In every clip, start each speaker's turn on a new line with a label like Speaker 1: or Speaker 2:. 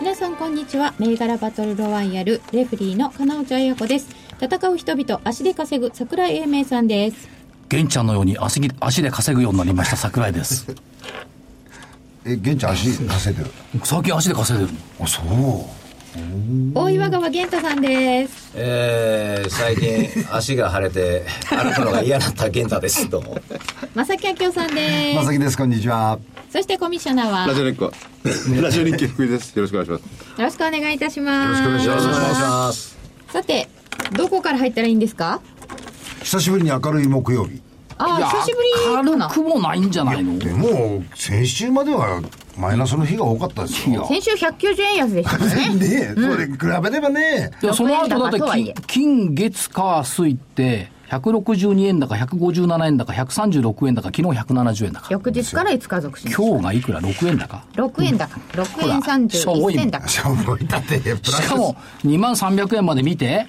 Speaker 1: 皆さんこんにちは銘柄バトルロワイヤルレフリーの金内彩子です戦う人々足で稼ぐ桜井英明さんです
Speaker 2: 玄ちゃんのように足ぎ足で稼ぐようになりました桜井です
Speaker 3: え現地足稼いでる
Speaker 2: 最近足で稼いでる
Speaker 3: あそう
Speaker 1: 大岩川玄太さんです
Speaker 4: えー、最近足が腫れて歩くのが嫌だった健太ですどうも
Speaker 1: 正木明夫さんで
Speaker 3: ますさきですこんにちは
Speaker 1: そしてコミッショナーはよ
Speaker 5: ラジオ日経 ラジオ日経福井ですよろしくお願いします
Speaker 1: ろしくお願いいたします
Speaker 3: よろしくお願いしま
Speaker 4: ます
Speaker 1: さてどこから入ったらいいんですか
Speaker 3: 久しぶりに明るい木曜日
Speaker 1: ああ久しぶりどうな
Speaker 2: 軽
Speaker 1: ん
Speaker 2: くもないんじゃないの
Speaker 3: でも先週まではマイナスの日が多かったですよ
Speaker 1: 先週190円安でしたね
Speaker 3: ね えそれ比べればね
Speaker 2: いやその後だっ
Speaker 1: 6円高とはいえ
Speaker 2: て金金月火水って162円高157円高136円高昨日170円高
Speaker 1: 翌日から5日続進
Speaker 2: 今日がいくら6円高
Speaker 1: 6円高6円
Speaker 2: ほら
Speaker 1: 31銭高
Speaker 3: しかもいたってプラス
Speaker 2: しかも2万300円まで見て、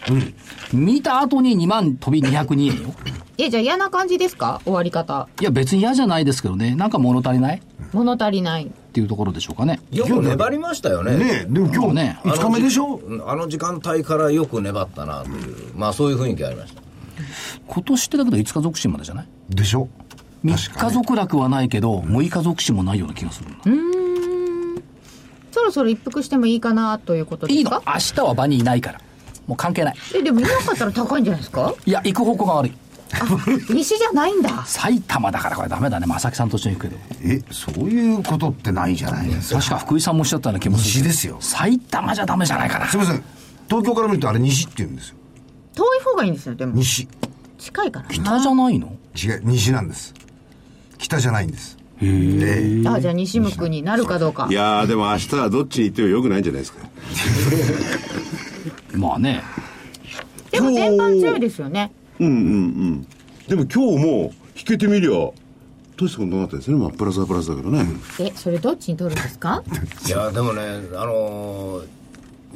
Speaker 2: 見た後に2万飛び202円よ
Speaker 1: えじゃあ嫌な感じですか終わり方
Speaker 2: いや別に嫌じゃないですけどねなんか物足りないっ
Speaker 1: 物足りない
Speaker 2: ていうところでしょうかね
Speaker 4: よく粘りましたよね
Speaker 3: ねえでも今日ね
Speaker 2: ね
Speaker 3: 5日目でしょ
Speaker 4: うんあの時間帯からよく粘ったなという、まあそういう雰囲気ありました
Speaker 2: 今年ってだけど5日続進までじゃない
Speaker 3: でしょ
Speaker 2: 3日続落はないけど、6日続進もないような気がするな、
Speaker 1: そろそろ一服してもいいかなということで
Speaker 2: いい
Speaker 1: す
Speaker 2: の
Speaker 1: か
Speaker 2: 明日は場にいないからもう関係ない
Speaker 1: えでもいなかったら高いんじゃないです か
Speaker 2: いや行く方向が悪い
Speaker 1: 西じゃないんだ
Speaker 2: 埼玉だからこれダメだね正木さんと一緒に行くけど
Speaker 3: えそういうことってないじゃないですか
Speaker 2: 確か福井さんもおっしゃったような気もする
Speaker 3: 西ですよ
Speaker 2: 埼玉じゃダメじゃないかな
Speaker 3: すいません東京から見るとあれ西って言うんですよ
Speaker 1: 遠い方がいいんですよでも
Speaker 3: 西
Speaker 1: 近いから
Speaker 2: 北じゃないの
Speaker 3: 違う西なんです北じゃないんです
Speaker 1: あじゃあ西向くになるかどうか
Speaker 5: いやーでも明日はどっちに行ってもよくないんじゃないですか
Speaker 2: まあね
Speaker 1: でも全般強いですよね
Speaker 5: うんうんうんでも今日も引けてみりゃ大したことなかったですねまあプラスはプラスだけどね
Speaker 1: えそれどっちに取るんです か
Speaker 4: いやでもねあのー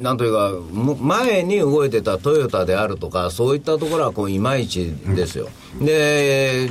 Speaker 4: なんというかむ前に動いてたトヨタであるとかそういったところはこういまいちですよ、で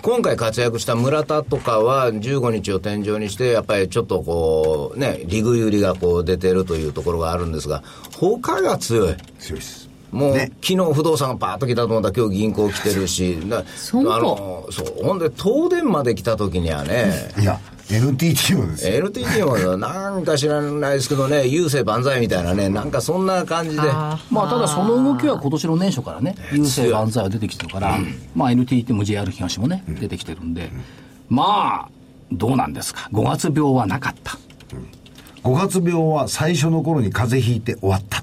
Speaker 4: 今回活躍した村田とかは15日を天井にしてやっぱりちょっとこうね利食い売りがこう出てるというところがあるんですが他が強い
Speaker 3: 強いです
Speaker 4: もう、
Speaker 3: ね
Speaker 4: 昨日不動産がパーッと来たと思ったら今日銀行来てるしなあ
Speaker 1: 損保
Speaker 4: のそうほんで東電まで来た時に はね
Speaker 3: いや NTT もですよ
Speaker 4: LTT もなんか知らないですけどね郵政万歳みたいなねなんかそんな感じで
Speaker 1: あ
Speaker 2: まあただその動きは今年の年初からね郵政万歳は出てきてるから、まあ NTT も JR 東もね出てきてるんで、まあどうなんですか5月病はなかった
Speaker 3: 5月病は最初の頃に風邪ひいて終わった、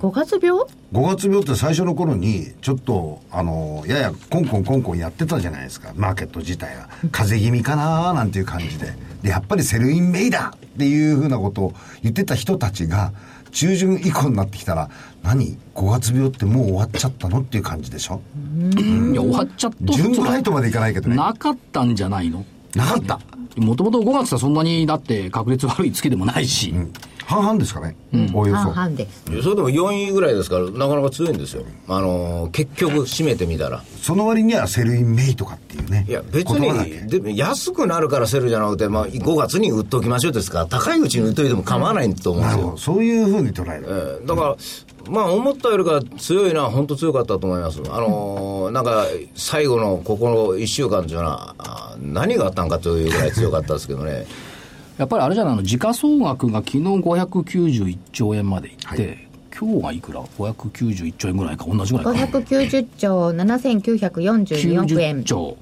Speaker 1: 5月病
Speaker 3: 5月病って最初の頃にちょっとあのややコンコンコンコンやってたじゃないですかマーケット自体が風邪気味かなーなんていう感じででやっぱりセルインメイだっていうふうなことを言ってた人たちが中旬以降になってきたら何5月病ってもう終わっちゃったのっていう感じでしょ
Speaker 2: いや終わっちゃった
Speaker 3: 準備ライトまでいかないけどねな
Speaker 2: なかったんじゃないの
Speaker 3: かった、
Speaker 2: もともと5月はそんなにだって確率悪い月でもないし、
Speaker 3: うん、半々ですかね、おおよそ
Speaker 1: 半々です
Speaker 4: それでも4位ぐらいですからなかなか強いんですよあの結局締めてみたら
Speaker 3: その割にはセルインメイとかっていうね
Speaker 4: いや別
Speaker 3: 言葉だけ
Speaker 4: にでも安くなるからセルじゃなくて、まあ、5月に売っときましょうですから高いうちに売っといても構わないと思うんで
Speaker 3: な
Speaker 4: す
Speaker 3: る
Speaker 4: よ
Speaker 3: ほどそういうふうに捉える、
Speaker 4: えーだから、まあ、思ったよりか強いのは本当強かったと思います、あのーなんか最後のここの1週間というのは、あー何があったんかというぐらい強かったですけどね、
Speaker 2: やっぱりあれじゃないの時価総額が昨日591兆円までいって、今日がいくら591兆円ぐらいか同じぐらいか
Speaker 1: 590兆7942億円
Speaker 2: 90兆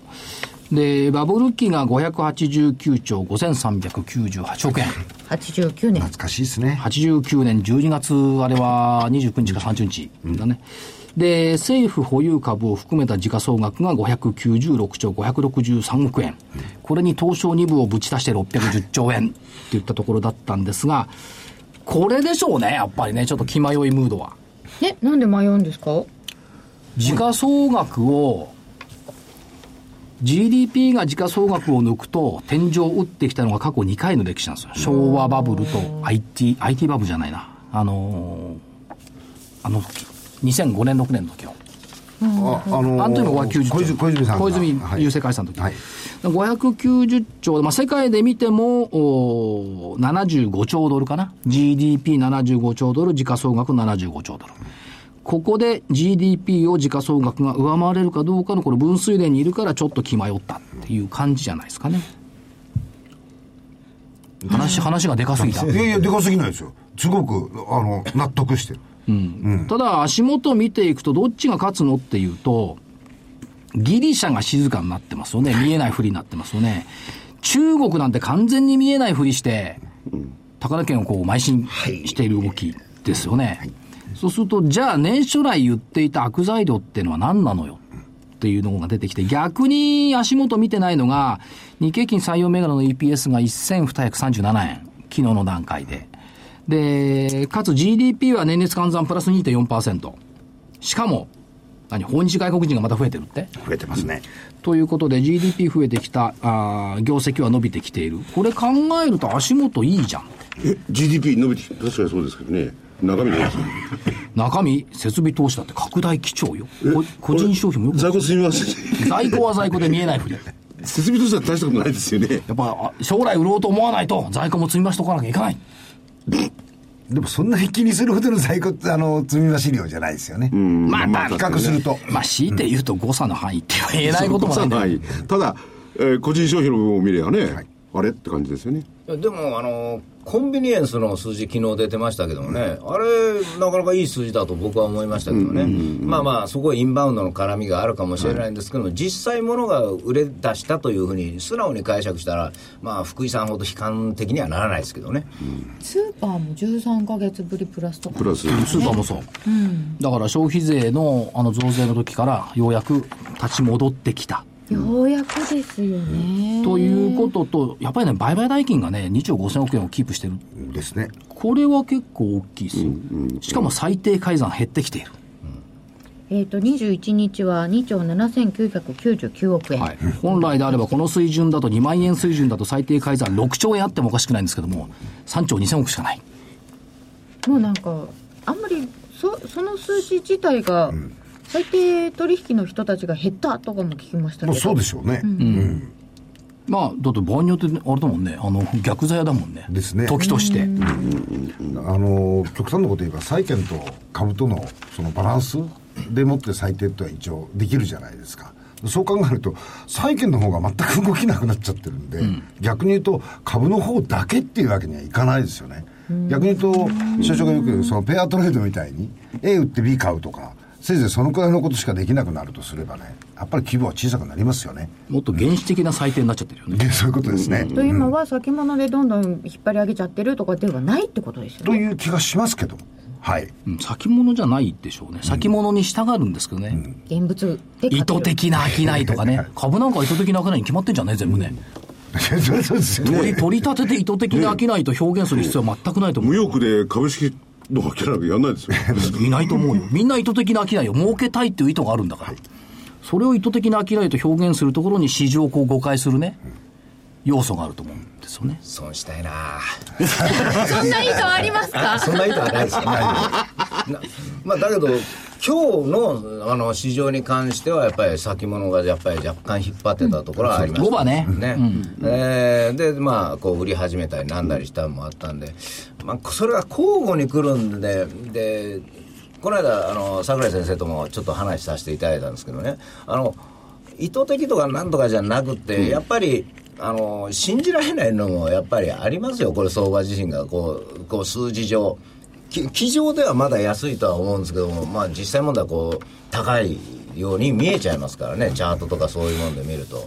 Speaker 2: でバブル期が589兆5398億円
Speaker 1: 89年
Speaker 3: 懐かしいですね
Speaker 2: 89年12月あれは29日か30日だね、で政府保有株を含めた時価総額が596兆563億円、これに東証2部をぶち出して610兆円っていったところだったんですがこれでしょうねやっぱりねちょっと気迷いムードは
Speaker 1: えなんで迷うんですか
Speaker 2: 時価総額を GDP が時価総額を抜くと天井を打ってきたのが過去2回の歴史なんですよ昭和バブルと IT, IT バブルじゃないなあのーあの時2005年6年の時の
Speaker 3: ああのー
Speaker 2: あの時も590兆
Speaker 3: 小泉小泉さんが
Speaker 2: 小泉
Speaker 3: はい
Speaker 2: 郵政解散の時、
Speaker 3: はい
Speaker 2: 590兆まあ、世界で見てもおー75兆ドルかな GDP75 兆ドル時価総額75兆ドルここで GDP を時価総額が上回れるかどうかのこの分水嶺にいるからちょっと気迷ったっていう感じじゃないですかね話話がでかす ぎた
Speaker 3: いやいやでかすぎないですよすごくあの納得してる
Speaker 2: ただ足元を見ていくとどっちが勝つのっていうとギリシャが静かになってますよね見えないふりになってますよね中国なんて完全に見えないふりして高値圏をこう邁進している動きですよね、そうするとじゃあ年初来言っていた悪材料っていうのは何なのよっていうのが出てきて逆に足元見てないのが日経金採用銘柄の EPS が1237円昨日の段階でで、かつ GDP は年率換算プラス2.4%。しかも、何、訪日外国人がまた増えてるって
Speaker 3: 増えてますね
Speaker 2: ということで GDP 増えてきた、あー業績は伸びてきている。これ考えると足元いいじゃん。
Speaker 5: え GDP 伸びてきて確かにそうですけどね中身どうですか
Speaker 2: 中身、設備投資だって拡大基調よ。こ個人消費もよく
Speaker 5: 在庫すみません
Speaker 2: 在庫は在庫で見えないふり。や
Speaker 5: 設備投資は大したことないですよね
Speaker 2: っぱ、あ将来売ろうと思わないと、在庫も積み増しとかなきゃいかない。
Speaker 3: でもそんなに気にするほどの在庫あの積み増し量じゃないですよね
Speaker 5: まあ
Speaker 3: まあ比較すると
Speaker 2: まあ、強いて言うと誤差の範囲って言えないこともないんだけど
Speaker 5: ないただ、えー個人消費の部分を見ればね、あれって感じですよね
Speaker 4: でもあのコンビニエンスの数字、昨日出てましたけどもね、あれ、なかなかいい数字だと僕は思いましたけどね、まあまあ、そこはインバウンドの絡みがあるかもしれないんですけども、実際、ものが売れ出したというふうに、素直に解釈したら、まあ、福井さんほど悲観的にはならないですけどね、
Speaker 1: スーパーも13か月ぶりプラスとか
Speaker 5: プラス
Speaker 2: スーパーもそう、だから消費税のあの増税の時からようやく立ち戻ってきた
Speaker 1: ようやくですよね
Speaker 2: ということとやっぱりね売買代金がね2兆5000億円をキープしてる
Speaker 3: ですね
Speaker 2: これは結構大きいですよ、しかも最低改ざん減ってきている
Speaker 1: えっ、と21日は2兆7999億円、
Speaker 2: はい、本来であればこの水準だと2万円水準だと最低改ざん6兆円あってもおかしくないんですけども3兆2000億しかない
Speaker 1: もうなんかあんまりそその数字自体が最低取引の人たちが減ったとかも聞きましたけ
Speaker 3: も
Speaker 1: ど
Speaker 3: うそうでしょうね、
Speaker 2: まあだって場合によってねあれだもんねあの逆座屋だもんね
Speaker 3: ですね
Speaker 2: 時として、
Speaker 3: あの極端なこと言えば債券と株とのそのバランスでもって最低とは一応できるじゃないですかそう考えると債券の方が全く動きなくなっちゃってるんで、逆に言うと株の方だけっていうわけにはいかないですよね逆に言うと所長がよく言うそのペアトレードみたいに A 売って B 買うとかせいぜいそのくらいのことしかできなくなるとすればねやっぱり規模は小さくなりますよね
Speaker 2: もっと原始的な最低になっちゃってるよね
Speaker 3: でそういうことですね、
Speaker 1: と今は先物でどんどん引っ張り上げちゃってるとかではないってことですよ
Speaker 3: と
Speaker 1: ね
Speaker 3: いう気がしますけどもはい
Speaker 2: うん先物じゃないでしょうね先物に従うんですけどね、
Speaker 1: 現物で
Speaker 2: 意
Speaker 1: 買ってる
Speaker 2: 図的な商いとかね株なんか意図的な商いに決まってんじゃね全部ね
Speaker 3: いやそれそうですよね
Speaker 2: 取り取り立てて意図的な商いと表現する必要は全くないと思
Speaker 5: 無
Speaker 2: う
Speaker 5: 欲で株式のキャラがやんないです よ
Speaker 2: いないと思うよみんな意図的な商いを儲けたいっていう意図があるんだからそれを意図的な商いと表現するところに市場をこう誤解するね要素があると思うんですよね
Speaker 4: 損したいな
Speaker 1: そんな意図ありますか
Speaker 4: そんな意図はないですよ。なまあ、だけど今日のあの市場に関してはやっぱり先物がやっぱり若干引っ張ってたところはありました、
Speaker 2: うんそうです五番
Speaker 4: ね、えーでまあこう売り始めたりなんだりしたのもあったんで、まあ、それが交互に来るんででこの間あの桜井先生ともちょっと話させていただいたんですけどねあの意図的とかなんとかじゃなくて、やっぱりあの信じられないのもやっぱりありますよこれ相場自身がこうこう数字上。き机上ではまだ安いとは思うんですけども、まあ、実際問題はこう高いように見えちゃいますからねチャートとかそういうもんで見ると、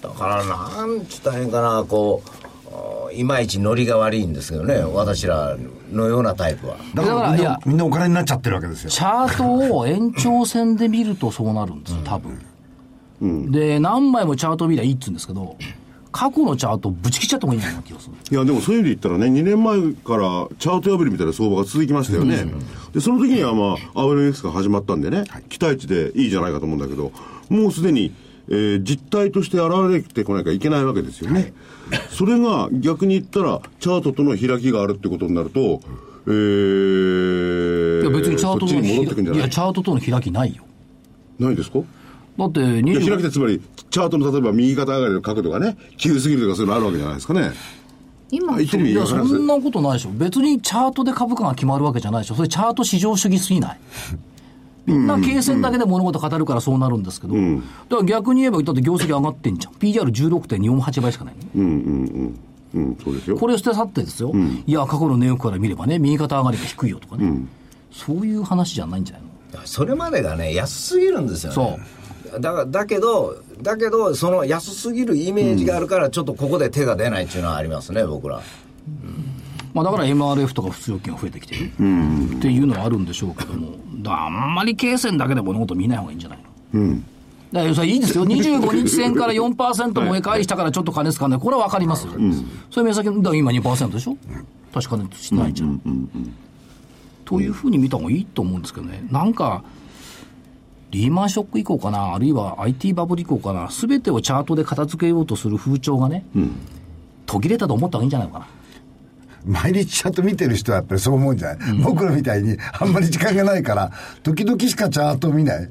Speaker 4: だからなんつったらいいんかなこうあいまいちノリが悪いんですけどね私らのようなタイプは
Speaker 3: だから
Speaker 2: だから
Speaker 3: みん
Speaker 2: い
Speaker 3: な
Speaker 2: や
Speaker 3: みんなお金になっちゃってるわけですよ
Speaker 2: チャートを延長線で見るとそうなるんですよ、多分。で、何枚もチャート見りゃいいっつうんですけど、過去のチャートぶち切っちゃった方がいいんじゃないかな気がする。
Speaker 5: いやでもそういう意味で言ったらね2年前からチャート破りみたいな相場が続きましたよね、でその時にはまあ RMX が始まったんでね、期待値でいいじゃないかと思うんだけどもうすでに、えー実態として現れてこなきゃいけないわけですよね、それが逆に言ったらチャートとの開きがあるってことになると、えー、
Speaker 2: いや別にチャート
Speaker 5: そ
Speaker 2: と
Speaker 5: っち
Speaker 2: の
Speaker 5: に戻ってくんじゃ
Speaker 2: ひい
Speaker 5: な
Speaker 2: や
Speaker 5: い
Speaker 2: チャートとの開きないよ。
Speaker 5: ないですか
Speaker 2: だって
Speaker 5: いや開きっ
Speaker 2: 20
Speaker 5: てつまりチャートの例えば右肩上がりの角度がね急すぎるとかそういうのあるわけじゃないですかね
Speaker 1: 今
Speaker 5: あ言ってみ
Speaker 2: い
Speaker 5: る
Speaker 2: やそんなことないでしょ別にチャートで株価が決まるわけじゃないでしょそれチャート市場主義すぎないみんな経線だけで物事語るからそうなるんですけど、だから逆に言えばだって業績上がってんじゃん PR16.48 倍しかないのね
Speaker 5: うんうんうんうんそうですよ
Speaker 2: これを捨て去ってですよ、いや過去の値動きから見ればね右肩上がりが低いよとかね、そういう話じゃないんじゃないの
Speaker 4: それまでがね安すぎるんですよね
Speaker 2: そ
Speaker 4: だがだけどだけどその安すぎるイメージがあるからちょっとここで手が出ないっていうのはありますね僕ら
Speaker 2: まあ、だから MRF とか普通預金が増えてきてるっていうのはあるんでしょうけども、だからあんまり経線だけで物事見ない方がいいんじゃないのだからそれいいですよ、25日線から4%も上返したからちょっと金使うね、これは分かりますよ、それ目先、だから今2%でしょ、確かにしないじゃん。というふうに見た方がいいと思うんですけどね、なんか、リーマンショック以降かな、あるいは IT バブル以降かな、すべてをチャートで片付けようとする風潮がね、途切れたと思った方がいいんじゃないのかな。
Speaker 3: 毎日チャート見てる人はやっぱりそう思うんじゃない、僕らみたいにあんまり時間がないから、時々しかチャート見ない。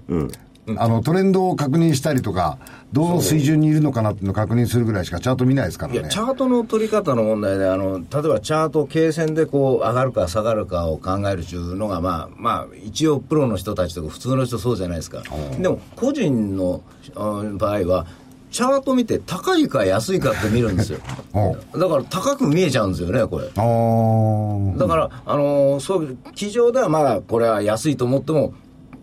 Speaker 3: あのトレンドを確認したりとか、どの水準にいるのかなっていうのを確認するぐらいしかチャート見ないですから
Speaker 4: い
Speaker 3: ね。
Speaker 4: やチャートの取り方の問題であの例えばチャート経線でこう上がるか下がるかを考えるっていうのがまあまあ一応プロの人たちとか普通の人そうじゃないですかでも個人のあ場合はチャート見て高いか安いかって見るんですよ
Speaker 3: おう
Speaker 4: だから高く見えちゃうんですよねこれ
Speaker 3: あー
Speaker 4: だから、あのーそう、机上ではまだこれは安いと思っても、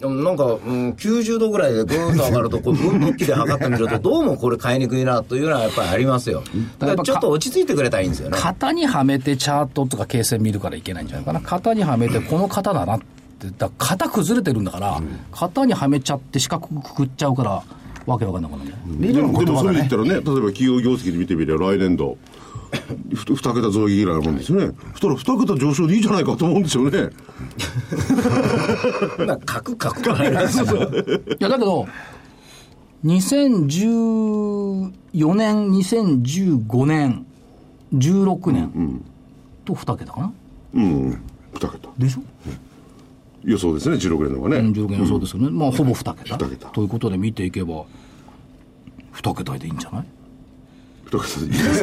Speaker 4: なんか、うん、90度ぐらいでぐーンと上がると、こう、分度器で測ってみると、どうもこれ買いにくいなというのはやっぱりありますよ。だからちょっと落ち着いてくれたらいいんですよね。
Speaker 2: 型にはめてチャートとか形線見るからいけないんじゃないかな型にはめてこの型だなってだから型崩れてるんだから、型にはめちゃって四角くくっちゃうからわけわかんなくなるんじゃない
Speaker 3: 理論の
Speaker 5: で
Speaker 3: 言
Speaker 5: も
Speaker 3: 葉だ
Speaker 5: それ言
Speaker 3: ね
Speaker 5: った。らね、例えば企業業績で見てみれば来年度、ふ二桁増益ぐらいなもんですよね。そしたら二桁上昇でいいじゃないかと思うんですよね。
Speaker 4: そんな、書く書くかないですよ。
Speaker 2: いやだけど2014年2015年16年、と2桁かな
Speaker 5: うん、二桁。
Speaker 2: でしょ
Speaker 5: 予想ですね、16年の方がね。
Speaker 2: 16年予想ですよね、まあほぼ2桁
Speaker 5: 二桁
Speaker 2: ということで見ていけば2桁でいいんじゃない
Speaker 5: 二桁でいいです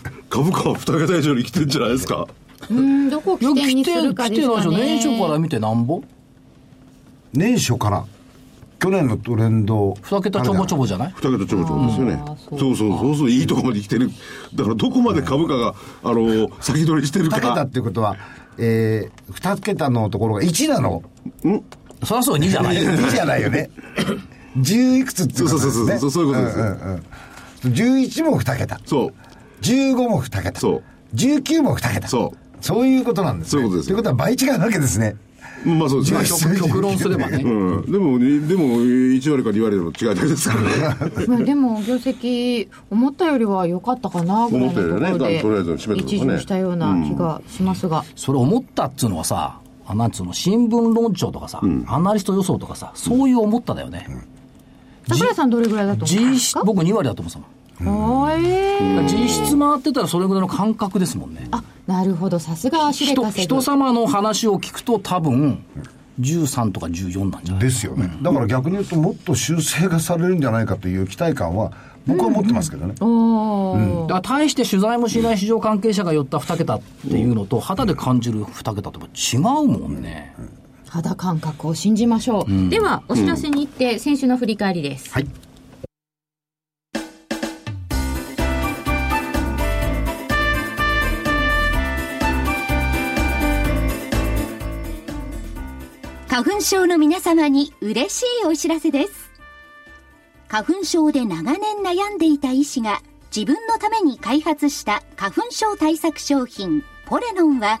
Speaker 5: か株価は二桁以上に来てんじゃないですか。
Speaker 1: うんどこを
Speaker 2: いや
Speaker 1: 起
Speaker 2: 来て来てな
Speaker 1: 点にするか
Speaker 2: い
Speaker 1: で
Speaker 2: です
Speaker 1: か
Speaker 2: しょ
Speaker 1: ね
Speaker 2: 年初から見てなんぼ
Speaker 3: 年初から、去年のトレンド。
Speaker 2: 2桁ちょぼちょぼじゃない
Speaker 5: 二桁ちょぼちょぼですよね
Speaker 1: あー。そ
Speaker 5: そうう
Speaker 1: か
Speaker 5: そうそうそう、いいとこまで来てる。だからどこまで株価が、あの、先取りしてる
Speaker 3: 2桁
Speaker 5: か
Speaker 3: っ。ていうことは、えー、2桁のところが1なの。
Speaker 2: そりゃそう2じゃないよ
Speaker 3: 1じゃないよね。10いくつっていうことですね。
Speaker 5: そうそうそうそうそういうことです
Speaker 3: んんうん11も2桁。
Speaker 5: そう。
Speaker 3: 15も2桁。
Speaker 5: そう
Speaker 3: 19も2桁。。
Speaker 5: そう
Speaker 3: そういうことなんですね。
Speaker 5: そういうことです
Speaker 3: ということは倍違うわけですね。
Speaker 5: まあそうですね。
Speaker 2: 極論すればね
Speaker 5: うん。でも、でも、1割か2割の違いだけですからね。
Speaker 1: まあでも業績思ったよりは良かったかなぐらいのところ
Speaker 5: 思ったよりね
Speaker 1: で
Speaker 5: とりあえず締めとこうね
Speaker 1: 一巡したような気がしますが、
Speaker 2: それ思ったっつうのはさあなんつうの新聞論調とかさ、アナリスト予想とかさそういう思っただよね、
Speaker 1: 桜井さんどれぐらいだと思いま
Speaker 2: 実
Speaker 1: す
Speaker 2: 質
Speaker 1: か
Speaker 2: 僕2割だと思ってたもん
Speaker 1: あーえー
Speaker 2: だから実質回ってたらそれぐらいの感覚ですもんね
Speaker 1: あなるほどさすが足で
Speaker 2: 人
Speaker 1: 稼ぐ
Speaker 2: 人様の話を聞くと多分13とか14なんじゃない
Speaker 3: ですよね。だから逆に言うと、もっと修正がされるんじゃないかという期待感は、僕は持ってますけどね。
Speaker 1: おー
Speaker 2: だから対して取材もしない市場関係者が寄った2桁っていうのと肌で感じる2桁とは違うもんね、
Speaker 1: 肌感覚を信じましょう、ではお知らせに行って先週の振り返りです、
Speaker 3: はい。
Speaker 6: 花粉症の皆様に嬉しいお知らせです。花粉症で長年悩んでいた医師が自分のために開発した花粉症対策商品ポレノンは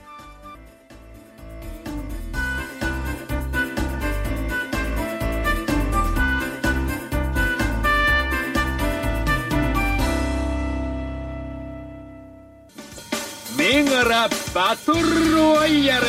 Speaker 7: 銘柄バトルロワイヤル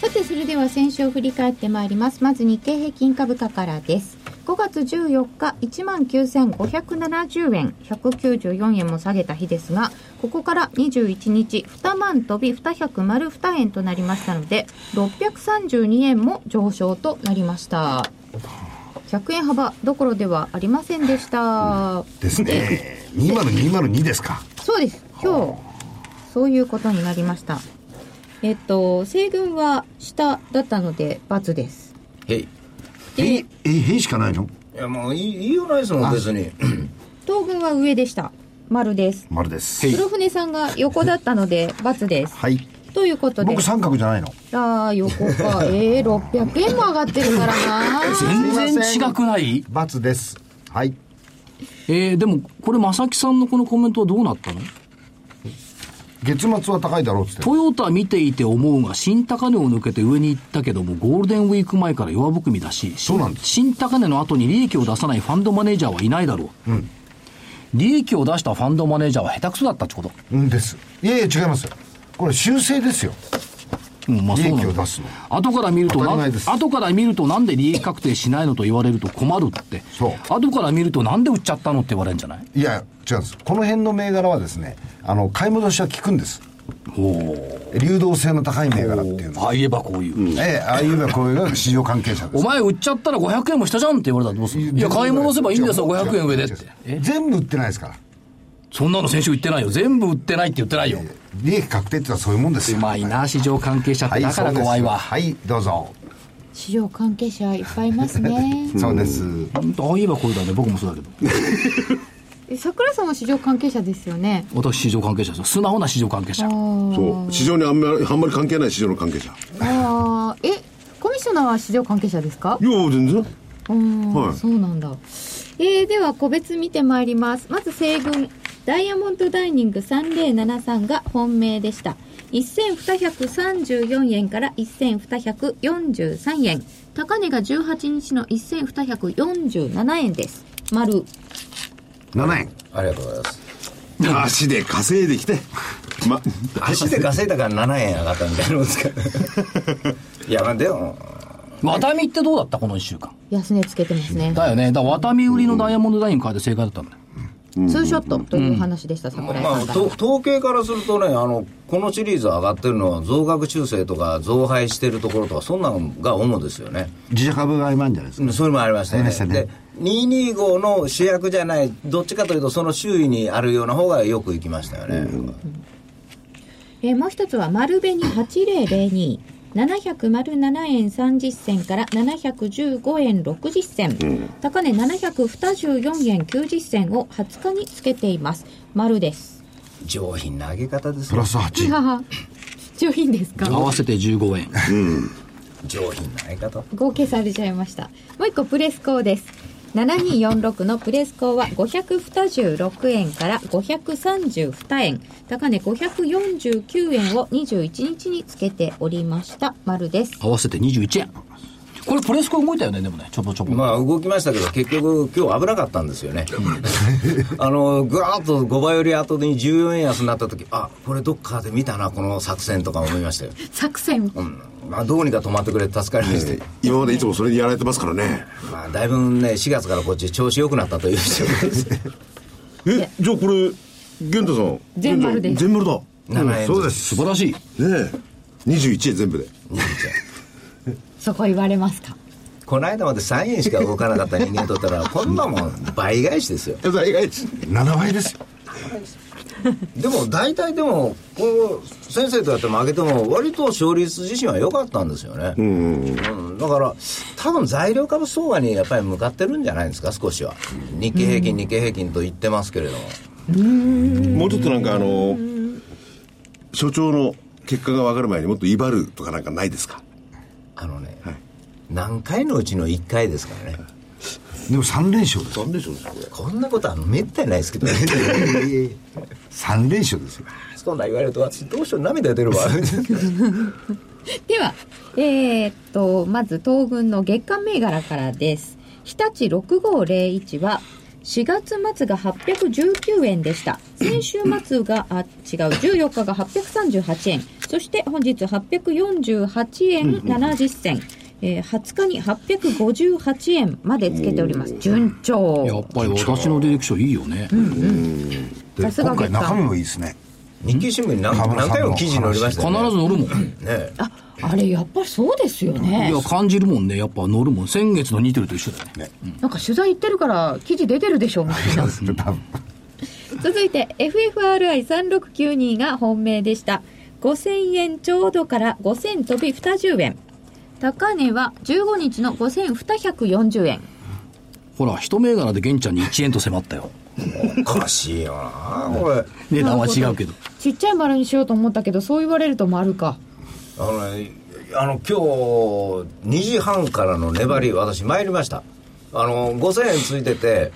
Speaker 1: さてそれでは先週を振り返ってまいりますまず日経平均株価からです5月14日1万9570円194円も下げた日ですがここから21日2万飛び2 0丸2円となりましたので632円も上昇となりました100円幅どころではありませんでした、
Speaker 3: ですね。20202ですか。
Speaker 1: そうです今日そういうことになりましたえっと西軍は下だったので×です
Speaker 4: へいい
Speaker 3: え、え、へしかないの
Speaker 4: やもういいいいよないですもん別に
Speaker 1: 東軍は上でした丸です
Speaker 3: 丸です。
Speaker 1: 黒船さんが横だったの で×です
Speaker 3: はい。
Speaker 1: ということで
Speaker 3: 僕三角じゃないの。
Speaker 1: あー横 かえー、600円も上がってるからな
Speaker 2: 全然違くない
Speaker 3: バツです。はい。
Speaker 2: えー、でも、これ、正木さんのこのコメントはどうなったの
Speaker 3: 月末は高いだろうっつって。
Speaker 2: トヨタ見ていて思うが、新高値を抜けて上に行ったけども、ゴールデンウィーク前から弱含みだし、
Speaker 3: そうなんです
Speaker 2: 新高値の後に利益を出さないファンドマネージャーはいないだろう。利益を出したファンドマネージャーは下手くそだったってこと。
Speaker 3: うんです。いやいや違いますよ。これ修正ですよ。
Speaker 2: うん、まあそうなん
Speaker 3: 利益を
Speaker 2: だ
Speaker 3: 出すの
Speaker 2: 後から見ると
Speaker 3: 当た
Speaker 2: な
Speaker 3: り前です
Speaker 2: 後から見るとなんで利益確定しないのと言われると困るって
Speaker 3: そう
Speaker 2: 後から見るとなんで売っちゃったのって言われるんじゃない
Speaker 3: いや違うんです。この辺の銘柄はですね、あの買い戻しは効くんです。流動性の高い銘柄っていうのは。
Speaker 2: ああ言えばこういう、
Speaker 3: ええ、ああいうのはこういうのが市場関係者で
Speaker 2: お
Speaker 3: す。
Speaker 2: 前売っちゃったら500円も下じゃんって言われたらどうするいや買い戻せばいいんですよ
Speaker 3: 違う
Speaker 2: 500円上でっ
Speaker 3: 違う
Speaker 2: て
Speaker 3: 違う全部売ってないですから。
Speaker 2: そんなの先週言ってないよ全部売ってないって言ってないよ
Speaker 3: 利益確定ってのはそういうもんです
Speaker 2: う
Speaker 3: よ。
Speaker 2: まいな市場関係者っ
Speaker 3: は
Speaker 2: て
Speaker 3: い。
Speaker 2: だから怖いわ、
Speaker 3: そうですはい、どうぞ。
Speaker 1: 市場関係者いっぱいいます ね
Speaker 3: そうです。
Speaker 2: 本当ああ言えばこうだね僕もそうだけど
Speaker 1: え桜さんも市場関係者ですよね
Speaker 2: 私市場関係者ですよ素直な市場関係者
Speaker 5: そう市場にあんまりあんまり関係ない市場の関係者
Speaker 1: あーえコミッショナーは市場関係者ですか
Speaker 5: いや全然
Speaker 1: うーん、
Speaker 5: はい
Speaker 1: そうなんだ、えーでは個別見てまいりますまず西軍ダイヤモンドダイニング3073が本命でした1234円から1243円高値が18日の1247円です丸
Speaker 3: 7円。
Speaker 4: ありがとうございます
Speaker 5: 足で稼いできてま
Speaker 4: 足で稼いだから7円上がったみたいなんですけど いやまあでも
Speaker 2: ワタミってどうだったこの1週間
Speaker 1: 安値つけてますね
Speaker 2: だよねだからワタミ売りのダイヤモンドダイン買いで正解だったんだよ
Speaker 1: ツーショットというお話でした桜井さ
Speaker 4: まあ、
Speaker 1: んか
Speaker 4: と統計からするとねあのこのシリーズ上がってるのは増額修正とか増配してるところとかそんなのが主ですよね
Speaker 3: 自社株が今あるんじゃないですか。
Speaker 4: うんそれもありましたよ
Speaker 3: あ
Speaker 4: ね
Speaker 3: りましたね
Speaker 4: で225の主役じゃないどっちかというとその周囲にあるような方がよく行きましたよね、
Speaker 1: えーもう一つは丸紅8002 707円30銭から715円60銭、高値724円90銭を20日につけています丸です
Speaker 4: 上品な上げ方です
Speaker 3: プ
Speaker 4: ね
Speaker 3: ラス8。
Speaker 1: 上品ですか
Speaker 2: 合わせて15円
Speaker 4: 上品な上げ方
Speaker 1: 合計されちゃいましたもう一個プレスコーです7246のプレスコーは526円から532円高値549円を21日につけておりました丸です
Speaker 2: 合わせて21円これプレスコ動いたよねでもねちょぼちょぼ、
Speaker 4: まあ動きましたけど結局今日危なかったんです よねあのぐわーっと5倍より後に14円安になった時あこれどっかで見たなこの作戦とか思いましたよ、
Speaker 1: 作戦
Speaker 4: うんまあ、どうにか止まってくれて助かりまして、
Speaker 5: 今までいつもそれでやられてますからね
Speaker 4: まあ、だいぶね4月からこっち調子良くなったという状況です
Speaker 5: えじゃあこれ玄太さん
Speaker 1: 全丸です
Speaker 5: 全丸だ
Speaker 4: 7円 そうで
Speaker 2: 素
Speaker 4: す
Speaker 2: 晴らしい
Speaker 5: ねえ21円全部で
Speaker 1: そこ言われますか
Speaker 4: この間まで3円しか動かなかった人間にとったらこんなもん倍返しですよ
Speaker 5: えそれ以外
Speaker 3: 7倍ですよ
Speaker 4: でも大体でもこう先生とやっても負けても割と勝率自身は良かったんですよね、うんだから多分材料株相場にやっぱり向かってるんじゃないですか少しは日経平均、日経平均と言ってますけれども
Speaker 5: もうちょっとなんかあの所長の結果が分かる前にもっと威張るとかなんかないですか
Speaker 4: あのね、何回のうちの1回ですからね
Speaker 3: でも3連勝です
Speaker 5: なんでしょうねこれ
Speaker 4: こんなことはめったにないですけど ね
Speaker 3: 3連勝ですよ
Speaker 4: そんなん言われると私どうしよう涙出るわ
Speaker 1: ではえーっとまず東軍の月間銘柄からです日立6501は4月末が819円でした先週末があ違う14日が838円そして本日848円70銭、えー20日に858円までつけております順
Speaker 2: やっ
Speaker 1: 調
Speaker 2: ぱり私の履歴書いいよね、
Speaker 3: で
Speaker 1: さすが
Speaker 3: 今
Speaker 1: 月
Speaker 3: 回中身
Speaker 1: 間
Speaker 3: もいいですね
Speaker 4: 日経新聞に何
Speaker 3: 河村さ
Speaker 4: 何
Speaker 3: んの
Speaker 4: 回も記事載りまし
Speaker 2: 必
Speaker 4: た
Speaker 2: ず
Speaker 4: よね
Speaker 2: 乗るもん、
Speaker 4: ねえ
Speaker 1: ああれやっぱりそうですよね
Speaker 2: いや感じるもんねやっぱ乗るもん先月の似てると一緒だよね
Speaker 1: なんか取材行ってるから記事出てるでしょみたいな
Speaker 3: 多分
Speaker 1: 続いて FFRI3692 が本命でした5000円ちょうどから5000飛び20円高値は15日の5240円
Speaker 2: ほら一銘柄で玄ちゃんに1円と迫ったよ
Speaker 4: おかしいよなこれ
Speaker 2: 値段は違うけど
Speaker 1: ちっちゃい丸にしようと思ったけどそう言われると丸か
Speaker 4: あのねあの今日2時半からの粘り私参りましたあの5000円ついてて